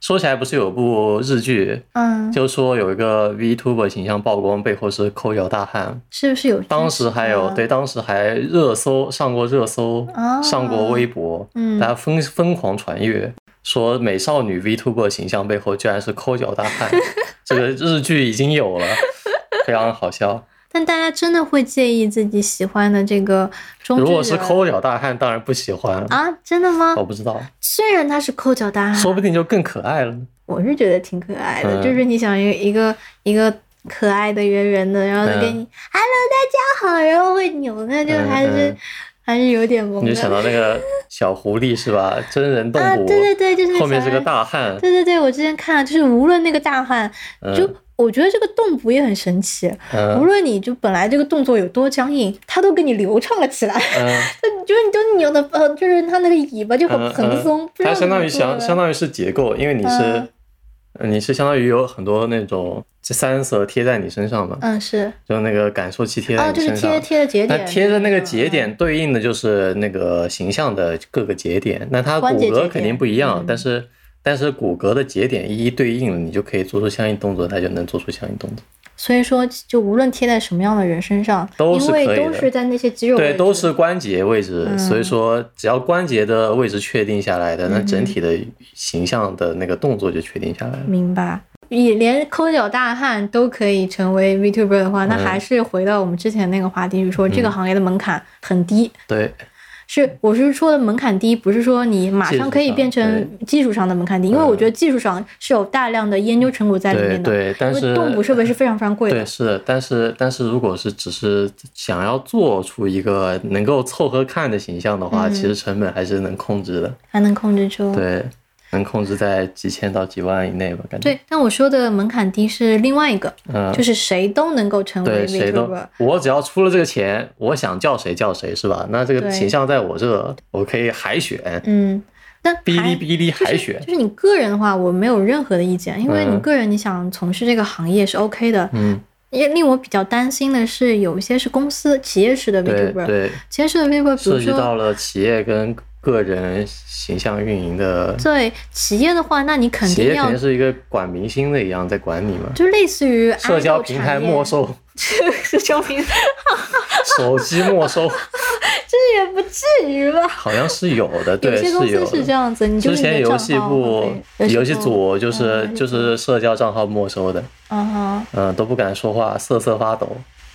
Speaker 2: 说起来，不是有部日剧，
Speaker 1: 嗯，
Speaker 2: 就说有一个 VTuber 形象曝光，背后是抠脚大汉。
Speaker 1: 是不是有？
Speaker 2: 当时还有，对，当时还热搜上过热搜，
Speaker 1: 啊
Speaker 2: 上过微博，
Speaker 1: 嗯
Speaker 2: 大家疯疯狂传阅，说美少女 VTuber 形象背后居然是抠脚大 汉，这个日剧已经有了，非常好笑。
Speaker 1: 但大家真的会介意自己喜欢的这个中之
Speaker 2: 如
Speaker 1: 人
Speaker 2: 果是抠脚大汉，当然不喜欢，
Speaker 1: 啊？真的吗
Speaker 2: 我？不知道，
Speaker 1: 虽然他是抠脚大汉，
Speaker 2: 说不定就更可爱了。
Speaker 1: 我是觉得挺可爱的，
Speaker 2: 嗯
Speaker 1: 就是你想一个一个一个可爱的圆圆的，然后就给你、“hello 大家好”，然后会扭，那就
Speaker 2: 嗯
Speaker 1: 还是、
Speaker 2: 嗯
Speaker 1: 还是有点萌
Speaker 2: 你
Speaker 1: 的。
Speaker 2: 就想到那个小狐狸是吧？真人动
Speaker 1: 啊，
Speaker 2: 捕，
Speaker 1: 对对对，就是那
Speaker 2: 后面
Speaker 1: 小
Speaker 2: 是个
Speaker 1: 人
Speaker 2: 大汉，
Speaker 1: 对对对，我之前看了，就是无论那个大汉，就、
Speaker 2: 嗯
Speaker 1: 我觉得这个动捕也很神奇，无
Speaker 2: 嗯
Speaker 1: 论你就本来这个动作有多僵硬，它都给你流畅了起来，
Speaker 2: 嗯，
Speaker 1: 就是你都扭的呃，就是它那个尾巴就很
Speaker 2: 嗯
Speaker 1: 蓬
Speaker 2: 嗯
Speaker 1: 松，不知道
Speaker 2: 它相当于
Speaker 1: 怎么做
Speaker 2: 相
Speaker 1: 的
Speaker 2: 相当于是结构，因为你是、
Speaker 1: 嗯
Speaker 2: 呃你是相当于有很多那种这三色贴在你身上嘛，
Speaker 1: 嗯是
Speaker 2: 就那个感受器贴在
Speaker 1: 哦，
Speaker 2: 你
Speaker 1: 就是
Speaker 2: 身上。
Speaker 1: 贴贴的节
Speaker 2: 那
Speaker 1: 点，
Speaker 2: 贴着那个节
Speaker 1: 嗯，
Speaker 2: 点对应的就是那个形象的各个节点，那它骨
Speaker 1: 关节节
Speaker 2: 骼
Speaker 1: 点
Speaker 2: 肯定不一样
Speaker 1: 嗯，
Speaker 2: 但是但是骨骼的节点一一对应了，你就可以做出相应动作，它就能做出相应动作。
Speaker 1: 所以说就无论贴在什么样的人身上，
Speaker 2: 都是
Speaker 1: 因为
Speaker 2: 可以
Speaker 1: 都
Speaker 2: 的
Speaker 1: 是在那些肌肉位
Speaker 2: 对，
Speaker 1: 置嗯
Speaker 2: 都是关节位置，所以说只要关节的位置确定下来的，
Speaker 1: 嗯
Speaker 2: 那整体的形象的那个动作就确定下来了。
Speaker 1: 明白。你连抠脚大汉都可以成为 VTuber 的话，那
Speaker 2: 嗯
Speaker 1: 还是回到我们之前那个话题，就是说这个行业的门槛很低。
Speaker 2: 对，
Speaker 1: 是，我是说的门槛低，不是说你马上可以变成技术上的门槛低，因为我觉得技术上是有大量的研究成果在里
Speaker 2: 对
Speaker 1: 面的。
Speaker 2: 对，但
Speaker 1: 因为
Speaker 2: 是
Speaker 1: 动捕设备是非常非常贵
Speaker 2: 对
Speaker 1: 的。
Speaker 2: 是的，但是但是如果是只是想要做出一个能够凑合看的形象的话，
Speaker 1: 嗯
Speaker 2: 其实成本还是能控制的。
Speaker 1: 还能控制住。
Speaker 2: 对，能控制在几千到几万以内吧，感觉。
Speaker 1: 对，但我说的门槛低是另外一个，
Speaker 2: 嗯，
Speaker 1: 就是谁都能够成为
Speaker 2: 对，谁都
Speaker 1: VTuber。，
Speaker 2: 我只要出了这个钱，我想叫谁叫谁是吧？那这
Speaker 1: 对
Speaker 2: 个形象在我这，我可以海选，
Speaker 1: 嗯，但
Speaker 2: 哔
Speaker 1: 还
Speaker 2: 哩哔哩海选
Speaker 1: 就。是你个人的话，我没有任何的意见，因为你
Speaker 2: 嗯
Speaker 1: 个人你想从事这个行业是 OK 的。
Speaker 2: 嗯，
Speaker 1: 也令我比较担心的是，有一些是公司企业式的
Speaker 2: 对
Speaker 1: VTuber，
Speaker 2: 对，
Speaker 1: 企业式的 VTuber，比
Speaker 2: 涉
Speaker 1: 如
Speaker 2: 及
Speaker 1: 说
Speaker 2: 到了企业跟个人形象运营的，
Speaker 1: 对企业的话，那你肯
Speaker 2: 企
Speaker 1: 定
Speaker 2: 业
Speaker 1: 嗯要
Speaker 2: 肯定是一个管明星的一样在管你嘛。
Speaker 1: 就类似于
Speaker 2: 社交平台没， 收，
Speaker 1: 社交平台
Speaker 2: 手机没收，
Speaker 1: 这也不至于吧？
Speaker 2: 好像是有的，
Speaker 1: 有
Speaker 2: 对，
Speaker 1: 些公
Speaker 2: 是有
Speaker 1: 司
Speaker 2: 的。
Speaker 1: 是这样子，你就
Speaker 2: 之
Speaker 1: 是你
Speaker 2: 前
Speaker 1: 的
Speaker 2: 游
Speaker 1: 账
Speaker 2: 戏
Speaker 1: 号
Speaker 2: 部
Speaker 1: 会、被
Speaker 2: 游戏组就是
Speaker 1: 嗯
Speaker 2: 就是社交账号没收的，
Speaker 1: 啊哈，
Speaker 2: 嗯，都不敢说话，瑟瑟发抖。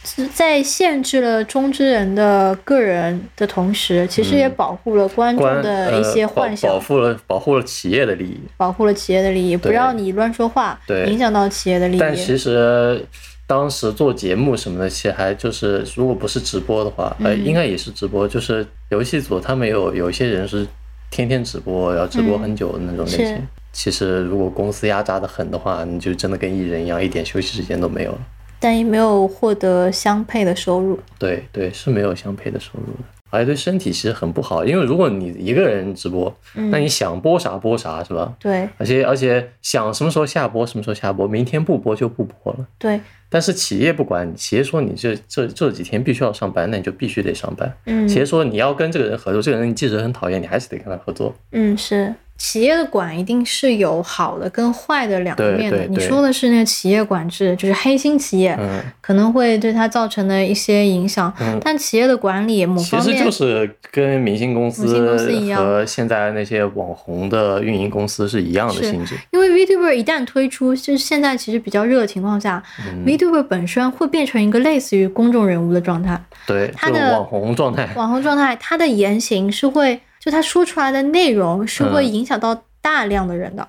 Speaker 1: 是在限制了中之人的个人的同时，其实也
Speaker 2: 嗯
Speaker 1: 保护了观众
Speaker 2: 关
Speaker 1: 的一些幻想
Speaker 2: 呃、保保护了保护了企业的利益，
Speaker 1: 保护了企业的利益，不
Speaker 2: 对
Speaker 1: 让你乱说话，
Speaker 2: 对
Speaker 1: 影响到企业的利益。
Speaker 2: 但其实。当时做节目什么的，其实还就是，如果不是直播的话，呃，
Speaker 1: 嗯
Speaker 2: 应该也是直播。就是游戏组他们有有一些人是天天直播，然后直播
Speaker 1: 嗯
Speaker 2: 很久的那种类
Speaker 1: 是
Speaker 2: 型。其实如果公司压榨的狠的话，你就真的跟艺人一样，一点休息时间都没有了。
Speaker 1: 但也没有获得相配的收入。
Speaker 2: 对对，是没有相配的收入的，而且对身体其实很不好。因为如果你一个人直播，
Speaker 1: 嗯
Speaker 2: 那你想播啥播啥是吧？
Speaker 1: 对
Speaker 2: 而且而且想什么时候下播什么时候下播，明天不播就不播了。
Speaker 1: 对，
Speaker 2: 但是企业不管你，企业说你这这这几天必须要上班，那你就必须得上班。
Speaker 1: 嗯
Speaker 2: 企业说你要跟这个人合作，这个人你即使很讨厌，你还是得跟他合作。
Speaker 1: 嗯，是企业的管一定是有好的跟坏的两
Speaker 2: 对
Speaker 1: 面的。
Speaker 2: 对
Speaker 1: 你
Speaker 2: 对
Speaker 1: 说的是那个企业管制，就是黑心企业、
Speaker 2: 嗯，
Speaker 1: 可能会对它造成的一些影响，
Speaker 2: 嗯
Speaker 1: 但企业的管理某
Speaker 2: 其
Speaker 1: 方
Speaker 2: 实
Speaker 1: 面
Speaker 2: 就是跟明星公
Speaker 1: 明星公
Speaker 2: 司
Speaker 1: 司一样
Speaker 2: 和现在那些网红的运营公司是一样的
Speaker 1: 是
Speaker 2: 性质。
Speaker 1: 因为 VTuber 一旦推出，就是现在其实比较热的情况下、v
Speaker 2: 嗯
Speaker 1: t u b e r 本身会变成一个类似于公众人物的状态，
Speaker 2: 对，
Speaker 1: 他
Speaker 2: 就
Speaker 1: 的
Speaker 2: 网红状态。
Speaker 1: 网红状态，他的言行是会，就他说出来的内容是会影响到大量的人的。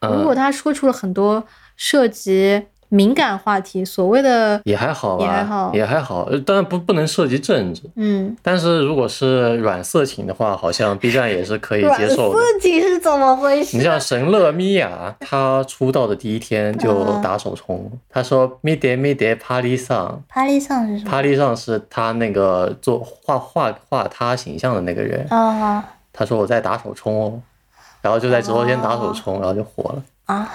Speaker 2: 嗯
Speaker 1: 如果他说出了很多涉及敏感话题，所谓的
Speaker 2: 也还好吧，啊
Speaker 1: 也还好
Speaker 2: 也还好，呃当然不不能涉及政治，
Speaker 1: 嗯，
Speaker 2: 但是如果是软色情的话，好像 B 站也是可以接受的。
Speaker 3: 色情是怎么回
Speaker 2: 你
Speaker 3: 事？
Speaker 2: 像神乐米娅，她出道的第一天就
Speaker 1: 嗯
Speaker 2: 打手冲，她说咪得咪得帕里上，
Speaker 3: 帕丽上是什么？
Speaker 2: 帕里上是她那个做画画画她形象的那个人，
Speaker 1: 嗯哦
Speaker 3: 啊
Speaker 2: 她说我在打手冲哦，然后就在直播间打手冲，然后就火了。
Speaker 3: 啊！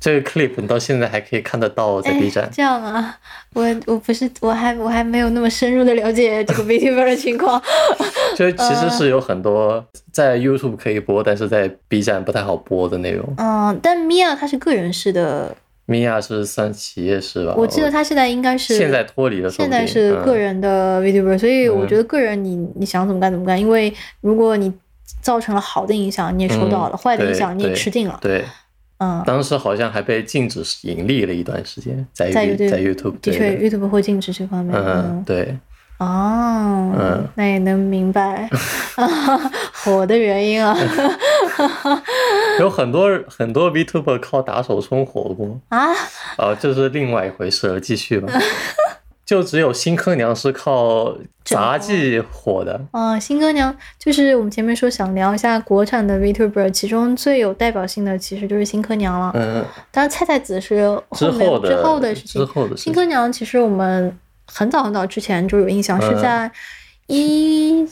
Speaker 2: 这个 clip 你到现在还可以看得到，在 B 站。
Speaker 1: 哎这样啊，我我不是我还我还没有那么深入的了解这个 VTuber 的情况，
Speaker 2: 就
Speaker 1: 呃
Speaker 2: 其实是有很多在 YouTube 可以播，但是在 B 站不太好播的内容。
Speaker 1: 嗯，但 Mia 她是个人式的，
Speaker 2: 米娅是算企业是吧？
Speaker 1: 我记得她现在应该是
Speaker 2: 啊现在脱离了，说
Speaker 1: 现
Speaker 2: 不定
Speaker 1: 在是
Speaker 2: 嗯
Speaker 1: 个人的 VTuber，、所以我
Speaker 2: 嗯
Speaker 1: 觉得个人你你想怎么干怎么干，因为如果你造成了好的影响，你也收到了；
Speaker 2: 嗯
Speaker 1: 坏的影响，你
Speaker 2: 对
Speaker 1: 也吃定了。
Speaker 2: 对，
Speaker 1: 嗯，
Speaker 2: 当时好像还被禁止盈利了一段时间，在
Speaker 1: 在
Speaker 2: You-
Speaker 1: YouTube
Speaker 2: 在 YouTube
Speaker 1: 的
Speaker 2: 对
Speaker 1: 确，YouTube 会禁止这方面。
Speaker 2: 嗯，对，
Speaker 1: 哦，
Speaker 2: 嗯
Speaker 1: 那也能明 白火的原因啊
Speaker 2: 有很多很多 VTuber 靠打手冲火过，
Speaker 1: 啊！
Speaker 2: 啊，这是另外一回事了，继续 吧。就只有新科娘是靠杂技火的，
Speaker 1: 哦，新歌娘就是我们前面说想聊一下国产的 VTuber，其中最有代表性的其实就是新歌娘了。
Speaker 2: 嗯，
Speaker 1: 当然，菜菜子是
Speaker 2: 之
Speaker 1: 后面
Speaker 2: 后的
Speaker 1: 之后的事情
Speaker 2: 之。后的事
Speaker 1: 新
Speaker 2: 情
Speaker 1: 歌娘其实我们很早很早之前就有印象，是
Speaker 2: 嗯
Speaker 1: 在一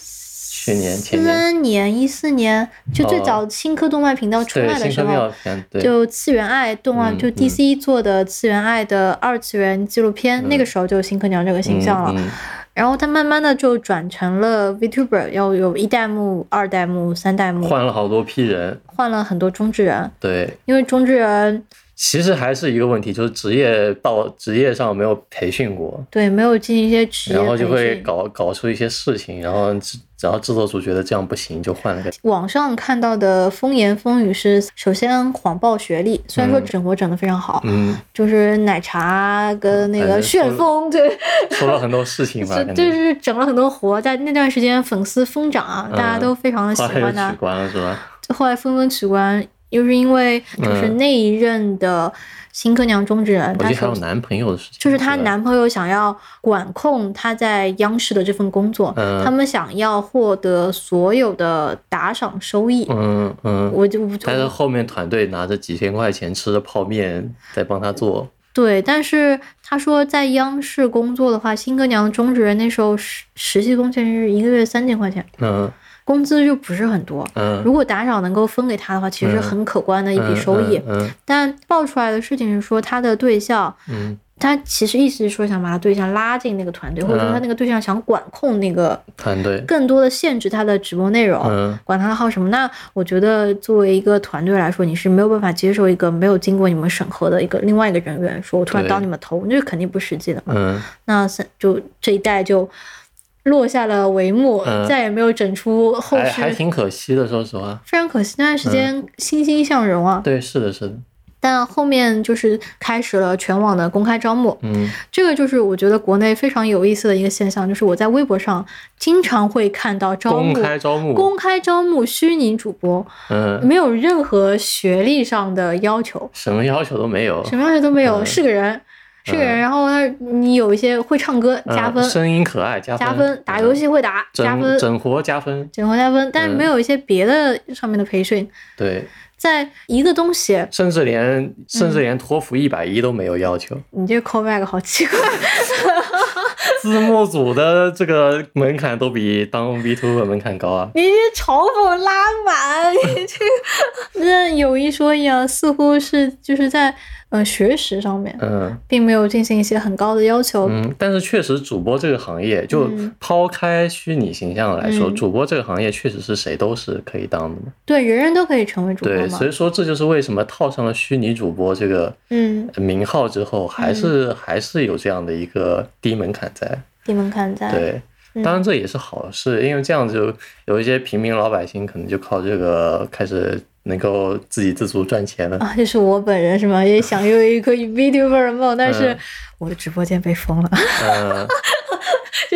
Speaker 2: 去年前年
Speaker 1: 三年、一四年，就最
Speaker 2: 哦
Speaker 1: 早新科动漫频道出
Speaker 2: 对
Speaker 1: 来的
Speaker 2: 新
Speaker 1: 时
Speaker 2: 科
Speaker 1: 候
Speaker 2: 妙，片，对，
Speaker 1: 就次元爱动漫，
Speaker 2: 嗯
Speaker 1: 就
Speaker 2: 嗯
Speaker 1: DC 做的次元爱的二次元纪录片，那个时候就有新科娘这个形象了。
Speaker 2: 嗯
Speaker 1: 然后他慢慢的就转成了 VTuber，要有一代目、二代目、三代
Speaker 2: 嗯
Speaker 1: 目，
Speaker 2: 换了好多批人，
Speaker 1: 换了很多中之人，
Speaker 2: 对，
Speaker 1: 因为中之人
Speaker 2: 其实还是一个问题，就是职业到职业上没有培训过，
Speaker 1: 对没有进行一些职业
Speaker 2: 然后就
Speaker 1: 培
Speaker 2: 会
Speaker 1: 训。
Speaker 2: 搞搞出一些事情，然后制然后制作组觉得这样不行，就换了个。
Speaker 1: 网上看到的风言风语是，首先谎报学历，虽然说
Speaker 2: 嗯
Speaker 1: 整活整的非常好，
Speaker 2: 嗯，
Speaker 1: 就是奶茶跟那
Speaker 2: 反
Speaker 1: 个
Speaker 2: 正
Speaker 1: 旋风，对，
Speaker 2: 说了很多 事情吧，
Speaker 1: 就
Speaker 2: 感
Speaker 1: 就
Speaker 2: 觉
Speaker 1: 是整了很多活，在那段时间粉丝疯涨啊，
Speaker 2: 嗯
Speaker 1: 大家都非常的喜
Speaker 2: 后来又
Speaker 1: 欢他
Speaker 2: 取。关了是吧？
Speaker 1: 就后来纷纷取关，又是因为就是
Speaker 2: 嗯
Speaker 1: 那一任的新科娘中之人，
Speaker 2: 我
Speaker 1: 她
Speaker 2: 记得还
Speaker 1: 首
Speaker 2: 有男朋友的事情，
Speaker 1: 就是她
Speaker 2: 吧
Speaker 1: 男朋友想要管控她在央视的这份工作，
Speaker 2: 嗯
Speaker 1: 他们想要获得所有的打赏收益。
Speaker 2: 嗯嗯，
Speaker 1: 我就我就
Speaker 2: 但是后面团队拿着几千块钱吃的泡面在帮他做，
Speaker 1: 对，但是他说在央视工作的话，新哥娘中职人那时候实实习工钱是一个月三千块钱，
Speaker 2: 嗯
Speaker 1: 工资就不是很多。
Speaker 2: 嗯，
Speaker 1: 如果打赏能够分给他的话，其实是
Speaker 2: 嗯
Speaker 1: 很可观的一笔
Speaker 2: 嗯
Speaker 1: 收益。
Speaker 2: 嗯
Speaker 1: 但爆出来的事情是说，他的对象，
Speaker 2: 嗯，
Speaker 1: 他其实意思是说想把他对象拉进那个团队，或者说他那个对象想管控那个，
Speaker 2: 嗯团队，
Speaker 1: 更多的限制他的直播内容，
Speaker 2: 嗯
Speaker 1: 管他的号什么。那我觉得作为一个团队来说，你是没有办法接受一个没有经过你们审核的一个另外一个人员说，我突然
Speaker 2: 对
Speaker 1: 当你们头，那是肯定不实际的嘛。
Speaker 2: 嗯，
Speaker 1: 那三就这一代就落下了帷幕，
Speaker 2: 嗯
Speaker 1: 再也没有整出后
Speaker 2: 还
Speaker 1: 世，
Speaker 2: 还挺嗯可惜的，说实话。
Speaker 1: 非常可惜。那段时间欣欣向荣啊，
Speaker 2: 对，是的，是的，
Speaker 1: 但后面就是开始了全网的公开招募，
Speaker 2: 嗯
Speaker 1: 这个就是我觉得国内非常有意思的一个现象，就是我在微博上经常会看到招募
Speaker 2: 公开招募
Speaker 1: 公开招募虚拟主播，
Speaker 2: 嗯，
Speaker 1: 没有任何学历上的要求，
Speaker 2: 什么要求都没有，
Speaker 1: 什么要求都没有，
Speaker 2: 嗯
Speaker 1: 是个人，是个人，然后他你有一些会唱歌
Speaker 2: 嗯
Speaker 1: 加分，
Speaker 2: 声音可爱加
Speaker 1: 加分，打游戏会打
Speaker 2: 嗯
Speaker 1: 加
Speaker 2: 整
Speaker 1: 分，
Speaker 2: 整活加分，
Speaker 1: 整活加分，但是没有一些别的上面的培训，
Speaker 2: 对，
Speaker 1: 在一个东西，
Speaker 2: 甚至连甚
Speaker 1: 嗯
Speaker 2: 至连托福一百一都没有要求，
Speaker 1: 你这 callback 好奇怪。
Speaker 2: 字幕组的这个门槛都比当 v t u b e 门槛高啊，
Speaker 3: 你这嘲讽拉满，你这
Speaker 1: 那有一说一啊，似乎是就是在呃学识上面，
Speaker 2: 嗯
Speaker 1: 并没有进行一些很高的要求。
Speaker 2: 嗯，但是确实主播这个行业，就
Speaker 1: 嗯
Speaker 2: 抛开虚拟形象来说，
Speaker 1: 嗯
Speaker 2: 主播这个行业确实是谁都是可以当的嘛，
Speaker 1: 对，人人都可以成为主播
Speaker 2: 对，
Speaker 1: 嘛
Speaker 2: 所。以说这就是为什么套上了虚拟主播这个
Speaker 1: 嗯，
Speaker 2: 名号之后，还是、还是有这样的一个低门槛在。
Speaker 1: 你们看在
Speaker 2: 对，
Speaker 1: 嗯
Speaker 2: 当然这也是好事，因为这样就有一些平民老百姓可能就靠这个开始能够自给自足赚钱了。
Speaker 1: 啊，这是我本人是吗？也想有一个 VTuber 的梦，但是
Speaker 2: 嗯
Speaker 1: 我的直播间被封了。
Speaker 2: 嗯，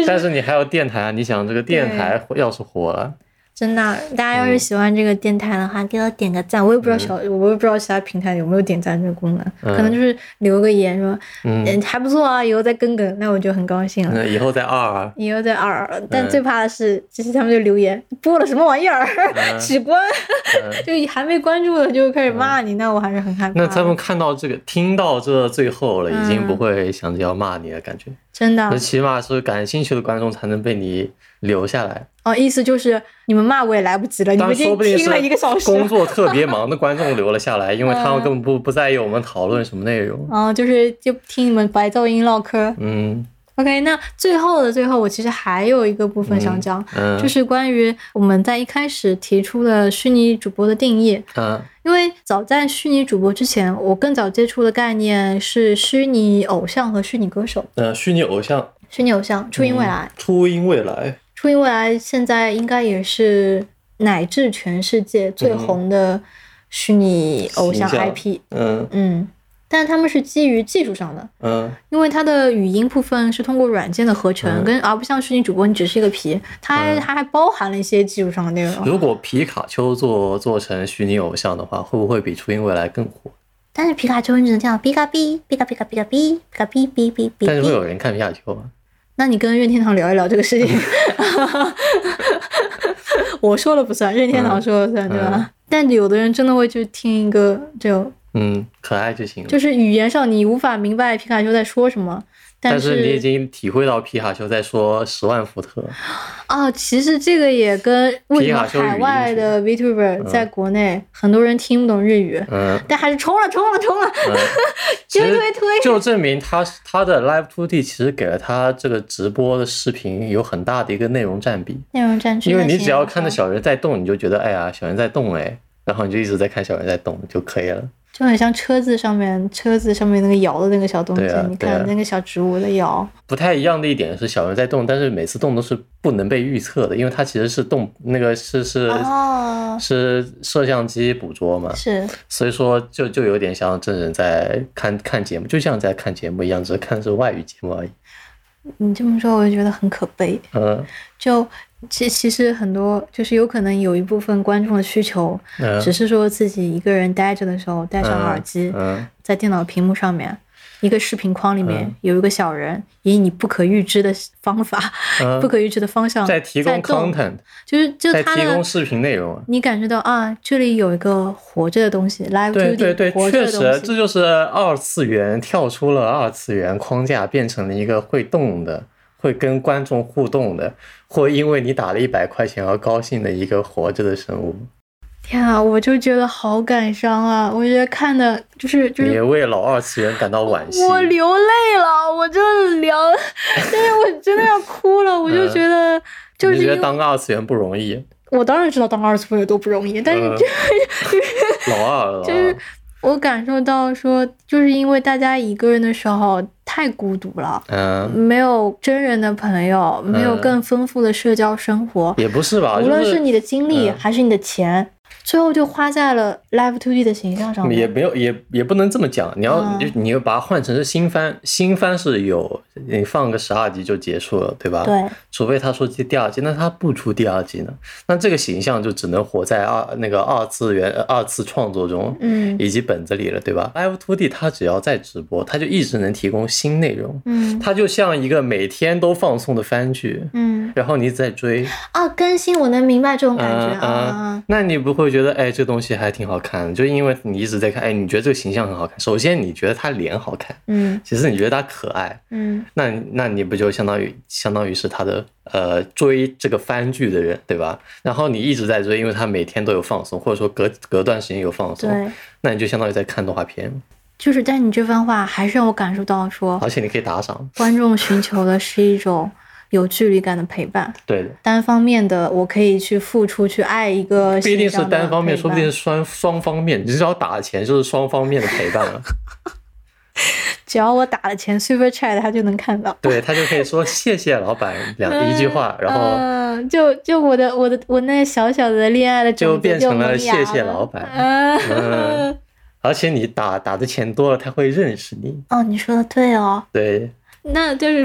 Speaker 2: 但是你还有电台啊，你想这个电台要是火了，
Speaker 1: 真的，大家要
Speaker 2: 嗯
Speaker 1: 是喜欢这个电台的话，给我点个赞。我也不知道小，我也不知道其他平台有没有点赞这个功能，
Speaker 2: 嗯
Speaker 1: 可能就是留个言说，
Speaker 2: 嗯
Speaker 1: 嗯，还不错啊，以后再更更，那我就很高兴了。
Speaker 2: 那以后再二啊，
Speaker 1: 以后再二，但
Speaker 2: 嗯
Speaker 1: 最怕的是，就是他们就留言播了什么玩意儿，
Speaker 2: 嗯
Speaker 1: 只关，
Speaker 2: 嗯
Speaker 1: 就还没关注的就开始骂你，那我还是很害怕的。
Speaker 2: 那他们看到这个，听到这最后了，已经
Speaker 1: 嗯
Speaker 2: 不会想着要骂你了，感觉。
Speaker 1: 真的
Speaker 2: 那起码是感兴趣的观众才能被你留下来。
Speaker 1: 哦，意思就是你们骂我也来不及了，你
Speaker 2: 当
Speaker 1: 们
Speaker 2: 然，
Speaker 1: 已
Speaker 2: 说
Speaker 1: 经
Speaker 2: 不定
Speaker 1: 听了一个嗯小
Speaker 2: 是
Speaker 1: 时
Speaker 2: 工作特别忙的观众留了下来，因为他们根本不不在意我们讨论什么内容。
Speaker 1: 哦，就是就听你们白噪音唠嗑。
Speaker 2: 嗯
Speaker 1: OK，那最后的最后，我其实还有一个部分想讲，
Speaker 2: 嗯，
Speaker 1: 就是关于我们在一开始提出的虚拟主播的定义。
Speaker 2: 嗯
Speaker 1: 因为早在虚拟主播之前，我更早接触的概念是虚拟偶像和虚拟歌手。
Speaker 2: 呃，虚拟偶像
Speaker 1: 虚拟偶像，初音未来，，
Speaker 2: 嗯初音未来，
Speaker 1: 初音未来现在应该也是乃至全世界最红的虚拟偶像
Speaker 2: 嗯形象
Speaker 1: IP。
Speaker 2: 嗯
Speaker 1: 嗯，但他们是基于技术上的，
Speaker 2: 嗯
Speaker 1: 因为它的语音部分是通过软件的合成，
Speaker 2: 嗯
Speaker 1: 跟而不像虚拟主播你只是一个皮，它还、
Speaker 2: 嗯
Speaker 1: 它还包含了一些技术上的内容。
Speaker 2: 如果皮卡丘做做成虚拟偶像的话，会不会比初音未来更火？
Speaker 4: 但是皮卡丘你只能听到皮卡哔皮卡皮卡皮卡哔皮卡哔哔哔哔
Speaker 2: 但是会
Speaker 4: 哔。
Speaker 2: 有人看皮卡丘吗？
Speaker 1: 那你跟任天堂聊一聊这个事情，
Speaker 2: 嗯
Speaker 1: 我说了不算，任天堂说了算，对吧？
Speaker 2: 嗯
Speaker 1: 但有的人真的会去听一个就
Speaker 2: 嗯，可爱就行了。
Speaker 1: 就是语言上你无法明白皮卡丘在说什么，
Speaker 2: 但
Speaker 1: 是
Speaker 2: 你已经体会到皮卡丘在说十万伏特，
Speaker 1: 哦，其实这个也跟为什么
Speaker 2: 皮卡丘语音
Speaker 1: 海外的 VTuber 在国内很多人听不懂日语，
Speaker 2: 啊 嗯，
Speaker 1: 但还是冲了冲了冲了，
Speaker 2: 嗯其
Speaker 1: 推
Speaker 2: 实
Speaker 1: 推推。
Speaker 2: 就证明他他的 Live Two D 其实给了他这个直播的视频有很大的一个内容占比，
Speaker 1: 内容占据，
Speaker 2: 因为
Speaker 1: 那
Speaker 2: 你
Speaker 1: 行
Speaker 2: 只要
Speaker 1: 我
Speaker 2: 看着
Speaker 1: 操
Speaker 2: 小人在动，你就觉得哎呀小人在动哎，然后你就一直在看小人在动就可以了。
Speaker 1: 就很像车子上面车子上面那个摇的那个小东西，
Speaker 2: 对啊
Speaker 1: 你
Speaker 2: 对啊
Speaker 1: 看那个小植物在摇，
Speaker 2: 不太一样的一点是小人在动，但是每次动都是不能被预测的，因为它其实是动那个是是、
Speaker 1: 哦，
Speaker 2: 是摄像机捕捉嘛，
Speaker 1: 是
Speaker 2: 所以说就就有点像真人在看看节目，就像在看节目一样，只是看的是外语节目而已。
Speaker 1: 你这么说，我就觉得很可悲。
Speaker 2: 嗯
Speaker 1: 就其其实很多就是有可能有一部分观众的需求，
Speaker 2: 嗯，
Speaker 1: 只是说自己一个人待着的时候戴
Speaker 2: 戴
Speaker 1: 上耳机，
Speaker 2: 嗯
Speaker 1: 在电脑屏幕上面。一个视频框里面
Speaker 2: 嗯
Speaker 1: 有一个小人，以你不可预知的方法、
Speaker 2: 嗯，
Speaker 1: 不可预知的方向
Speaker 2: 在提供
Speaker 1: 动
Speaker 2: content，
Speaker 1: 就是就
Speaker 2: 在
Speaker 1: 他
Speaker 2: 提
Speaker 1: 的
Speaker 2: 供视频内容。
Speaker 1: 你感觉到啊，这里有一个活着的东西，live
Speaker 2: 对
Speaker 1: to
Speaker 2: 对对，
Speaker 1: 活
Speaker 2: 确
Speaker 1: 着的
Speaker 2: 实
Speaker 1: 东，西。
Speaker 2: 这就是二次元跳出了二次元框架，变成了一个会动的、会跟观众互动的，会因为你打了一百块钱而高兴的一个活着的生物。
Speaker 1: 天啊，我就觉得好感伤啊！我觉得看的就是就
Speaker 2: 你也
Speaker 1: 是
Speaker 2: 为老二次元感到惋惜。
Speaker 1: 我流泪了，我真的 聊，但是我真的要哭
Speaker 2: 嗯
Speaker 1: 了。我就觉得就
Speaker 2: 你
Speaker 1: 是
Speaker 2: 觉
Speaker 1: 因
Speaker 2: 得
Speaker 1: 为
Speaker 2: 当个二次元不 容易？
Speaker 1: 我当然知道当二次元有多不容易，但是
Speaker 2: 嗯
Speaker 1: 就
Speaker 2: 老二，老
Speaker 1: 就是
Speaker 2: 二，
Speaker 1: 我感受到说，就是因为大家一个人的时候太孤独了。
Speaker 2: 嗯，
Speaker 1: 没有真人的朋友，没有
Speaker 2: 嗯
Speaker 1: 更丰富的社交生活，
Speaker 2: 也不是吧，
Speaker 1: 无论
Speaker 2: 就是
Speaker 1: 你的精力
Speaker 2: 嗯
Speaker 1: 还是你的钱，最后就花在了 Live to D 的形象上面。
Speaker 2: 也没有，也也不能这么讲。你要、
Speaker 1: 嗯
Speaker 2: 你就把它换成是新番，新番是有你放个十二集就结束了，对吧？。
Speaker 1: 对，
Speaker 2: 除非他说第第二季，那他不出第二季呢？那这个形象就只能活在二那个二次元呃二次创作中，
Speaker 1: 嗯
Speaker 2: 以及本子里了，对吧？Live to D 他只要在直播，他就一直能提供新内容，
Speaker 1: 嗯
Speaker 2: 它就像一个每天都放送的番剧，
Speaker 1: 嗯，
Speaker 2: 然后你在追，
Speaker 1: 啊，更新我能明白这种感
Speaker 2: 嗯
Speaker 1: 觉
Speaker 2: 嗯
Speaker 1: 啊，，
Speaker 2: 那你不会觉得哎，这东西还挺好看的？就因为你一直在看，哎，你觉得这个形象很好看。首先，你觉得他脸好看，
Speaker 1: 嗯
Speaker 2: 其次你觉得他可爱，
Speaker 1: 嗯
Speaker 2: 那那你不就相当于相当于是他的呃追这个番剧的人对吧？然后你一直在追，因为他每天都有放松，或者说隔隔段时间有放松
Speaker 1: 对，
Speaker 2: 那你就相当于在看动画片，
Speaker 1: 就是，但你这番话还是让我感受到说，
Speaker 2: 而且你可以打赏，
Speaker 1: 观众寻求的是一种有距离感的陪伴，
Speaker 2: 对的。
Speaker 1: 单方面的我可以去付出去爱一个，
Speaker 2: 不一定是单方面，说不定是双双方面。你只要打钱，就是双方面的陪伴了。
Speaker 1: 只要我打了钱 Super Chat，他就能看到。
Speaker 2: 对他就可以说谢谢老板两一句话，然后
Speaker 1: 嗯，就就我的我的我那小小的恋爱的种
Speaker 2: 就
Speaker 1: 子
Speaker 2: 变成
Speaker 1: 萌
Speaker 2: 了
Speaker 1: 芽
Speaker 2: 谢谢老板
Speaker 1: 嗯
Speaker 2: 嗯，而且你打打的钱多了，他会认识你。
Speaker 4: 哦，你说的对哦。
Speaker 2: 对，
Speaker 1: 那就是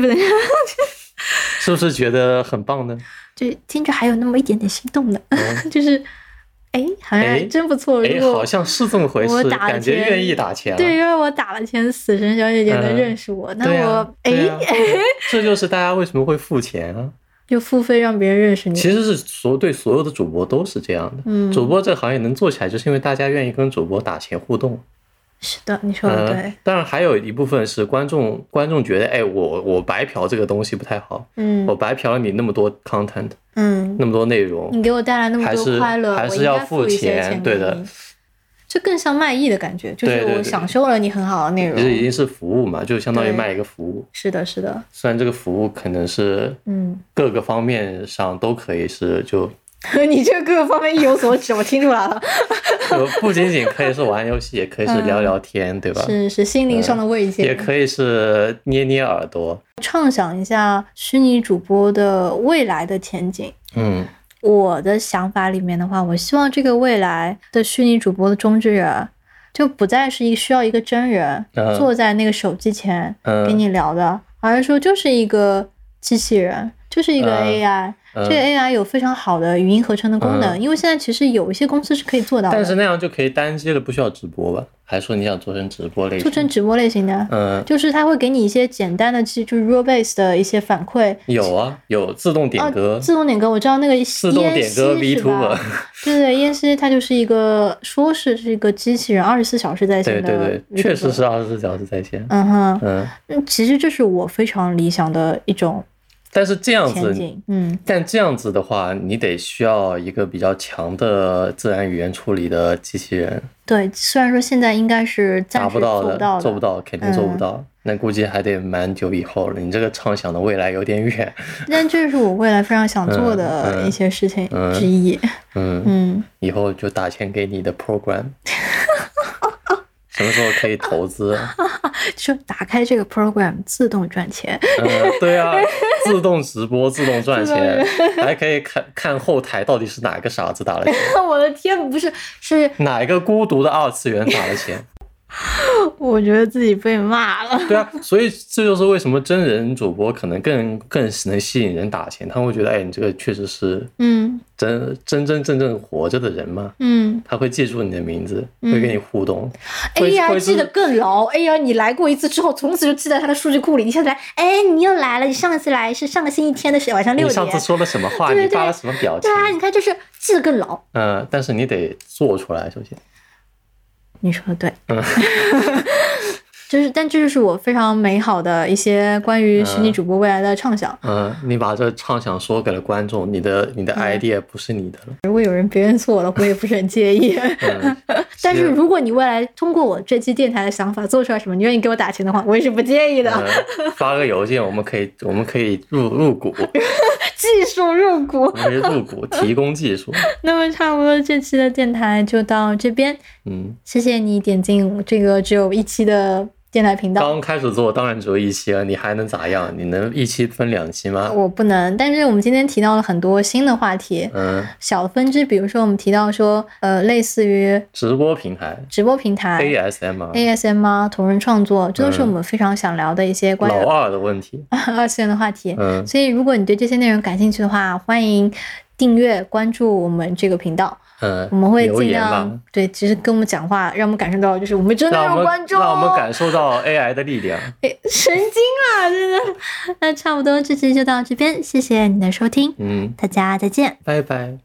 Speaker 2: 是不是觉得很棒呢？
Speaker 1: 就是听着还有那么一点点心动的，
Speaker 2: 嗯
Speaker 1: 就是哎，好
Speaker 2: 哎
Speaker 1: 像真不错。
Speaker 2: 哎，
Speaker 1: 如果
Speaker 2: 好像是这么回
Speaker 1: 我
Speaker 2: 事，
Speaker 1: 打
Speaker 2: 感觉
Speaker 1: 钱
Speaker 2: 愿意打钱了。
Speaker 1: 对，因为我打了钱，死神小姐姐能
Speaker 2: 嗯
Speaker 1: 认识我，那
Speaker 2: 对啊
Speaker 1: 我哎、
Speaker 2: 对啊 这就是大家为什么会付钱啊？
Speaker 1: 就付费让别人认识你。
Speaker 2: 其实是所对所有的主播都是这样的。
Speaker 1: 嗯
Speaker 2: 主播这个行业能做起来，就是因为大家愿意跟主播打钱互动。
Speaker 1: 是的，你说的
Speaker 2: 嗯
Speaker 1: 对，，
Speaker 2: 当然还有一部分是观众，观众觉得，哎，我我白嫖这个东西不太好，
Speaker 1: 嗯
Speaker 2: 我白嫖了你那么多 content，
Speaker 1: 嗯，
Speaker 2: 那么多内容，
Speaker 1: 你给我带来那么
Speaker 2: 还
Speaker 1: 多
Speaker 2: 是
Speaker 1: 快乐，
Speaker 2: 还
Speaker 1: 我
Speaker 2: 是
Speaker 1: 应
Speaker 2: 要
Speaker 1: 该付
Speaker 2: 付
Speaker 1: 一些
Speaker 2: 钱
Speaker 1: 钱，
Speaker 2: 对
Speaker 1: 给
Speaker 2: 的
Speaker 1: 你，，这更像卖艺的感觉，就
Speaker 2: 对
Speaker 1: 是
Speaker 2: 对
Speaker 1: 我
Speaker 2: 对
Speaker 1: 享受了你很好的内容。
Speaker 2: 这已经是服务嘛，就相当于
Speaker 1: 对
Speaker 2: 卖一个服务。
Speaker 1: 是的，是的，
Speaker 2: 虽然这个服务可能是
Speaker 1: 嗯，
Speaker 2: 各个方面上都可以是，就
Speaker 1: 你这各个方面一有所指，我听出来 了，
Speaker 2: 就不仅仅可以是玩游戏，也可以是聊聊天，对吧？嗯
Speaker 1: 是嗯是心灵上的慰藉。
Speaker 2: 也可以是捏捏耳朵，
Speaker 1: 畅想一下虚拟主播的未来的前景。
Speaker 2: 嗯，
Speaker 1: 我的想法里面的话，我希望这个未来的虚拟主播的中之人，就不再是一个需要一个真人
Speaker 2: 嗯
Speaker 1: 坐在那个手机前
Speaker 2: 嗯
Speaker 1: 跟你聊的，而是说就是一个机器人，就是一个
Speaker 2: 嗯
Speaker 1: AI。
Speaker 2: 嗯
Speaker 1: 这个 AI 有非常好的语音合成的功能，
Speaker 2: 嗯
Speaker 1: 因为现在其实有一些公司是可以做到的，
Speaker 2: 但是那样就可以单机了，不需要直播吧？还说你想做成直播类型？
Speaker 1: 做成直播类型的。
Speaker 2: 嗯，
Speaker 1: 就是它会给你一些简单的，技，就是 rule base 的一些反馈，
Speaker 2: 有啊，有自动点歌
Speaker 1: 哦，，自动点歌，我知道那个
Speaker 2: 嗯
Speaker 1: ，E
Speaker 2: 自动点歌啊
Speaker 1: v
Speaker 2: VTuber，
Speaker 1: 对对，燕西它就是一个说是是一个机器人，二十四小时在
Speaker 2: 对
Speaker 1: 线的
Speaker 2: 对
Speaker 1: VTuber，
Speaker 2: 对，确实是二啊十四小时在线。
Speaker 1: 嗯哼，
Speaker 2: 嗯，
Speaker 1: 嗯其实这是我非常理想的一种
Speaker 2: 但是这样
Speaker 1: 前
Speaker 2: 子，
Speaker 1: 景，嗯，
Speaker 2: 但这样子的话，你得需要一个比较强的自然语言处理的机器人，
Speaker 1: 对，虽然说现在应该是
Speaker 2: 达
Speaker 1: 暂时做
Speaker 2: 不到
Speaker 1: 不
Speaker 2: 的，
Speaker 1: 到的，嗯
Speaker 2: 做不到，肯定做不到。那估计还得蛮久以后了。你这个畅想的未来有点远。
Speaker 1: 但这是我未来非常想做的
Speaker 2: 嗯嗯
Speaker 1: 一些事情
Speaker 2: 嗯
Speaker 1: 之一，
Speaker 2: 嗯，
Speaker 1: 嗯，
Speaker 2: 以后就打钱给你的 program，什么时候可以投资？
Speaker 1: 就打开这个 program 自动赚钱，
Speaker 2: 嗯，对啊，自动直播，自动赚钱
Speaker 1: 自，
Speaker 2: 还可以看看后台到底是哪个傻子打了钱，
Speaker 1: 我的天，不是，是
Speaker 2: 哪一个孤独的二次元打了钱。
Speaker 1: 我觉得自己被骂了，
Speaker 2: 对啊，所以这就是为什么真人主播可能更更能吸引人打钱，他会觉得，哎，你这个确实是
Speaker 1: 嗯
Speaker 2: 真真真正正活着的人嘛，
Speaker 1: 嗯。
Speaker 2: 他会记住你的名字，会跟你互动，会
Speaker 1: AI 嗯
Speaker 2: 会
Speaker 1: 哎记
Speaker 2: 知
Speaker 1: 得更牢。AI 你来过一次之后，从此就记在它的数据库里。你现在来，哎，你又来了。你上次来是上个星期天的时晚上六
Speaker 2: 你
Speaker 1: 点
Speaker 2: 哎上。次说了什么话，
Speaker 1: 对
Speaker 2: 你发
Speaker 1: 对
Speaker 2: 了什么表情
Speaker 1: 对，啊，你看就是记得更牢。
Speaker 2: 嗯，但是你得做出来，首先，
Speaker 1: 你说的对。
Speaker 2: 嗯
Speaker 1: 就是，但这就是我非常美好的一些关于虚拟主播未来的畅想。
Speaker 2: 嗯，你把这畅想说给了观众，你的你的
Speaker 1: 嗯
Speaker 2: idea 不是你的了。
Speaker 1: 如果有人别人错了，我也不是很介 意。
Speaker 2: 嗯，
Speaker 1: 但是如果你未来通过我这期电台的想法做出来什么，你愿意给我打钱的话，我也是不介意的。
Speaker 2: 嗯 发个邮件，我们可以我们可以入入股，我
Speaker 1: 技术入股。
Speaker 2: 们可以入 股提供技术。
Speaker 1: 那么差不多这期的电台就到这边。
Speaker 2: 嗯，
Speaker 1: 谢谢你点进这个只有一期的电台频道，
Speaker 2: 刚开始做当然只有一期了，你还能咋样？你能一期分两期吗？
Speaker 1: 我不能。但是我们今天提到了很多新的话题，
Speaker 2: 嗯，
Speaker 1: 小的分支，比如说我们提到说，呃，类似于
Speaker 2: 直播平台
Speaker 1: 直播平台、
Speaker 2: ASMR
Speaker 1: ASM 啊、同人创作，这都是我们非常想聊的一些关于哎
Speaker 2: 老二的问题。
Speaker 1: 二次元的话题。
Speaker 2: 嗯，
Speaker 1: 所以，如果你对这些内容感兴趣的话，欢迎订阅、关注我们这个频道。
Speaker 2: 嗯，
Speaker 1: 我们会
Speaker 2: 留
Speaker 1: 尽
Speaker 2: 言吧
Speaker 1: 量，对，其实跟我们讲话，让我们感受到就是我们真的
Speaker 2: 让
Speaker 1: 有
Speaker 2: 我
Speaker 1: 关
Speaker 2: 们
Speaker 1: 注，
Speaker 2: 让我们感受到 AI 的力量。
Speaker 1: 哎，神经啊，真的。那差不多这期就到这边，谢谢你的收听，
Speaker 2: 嗯，
Speaker 1: 大家再见。
Speaker 2: 拜拜。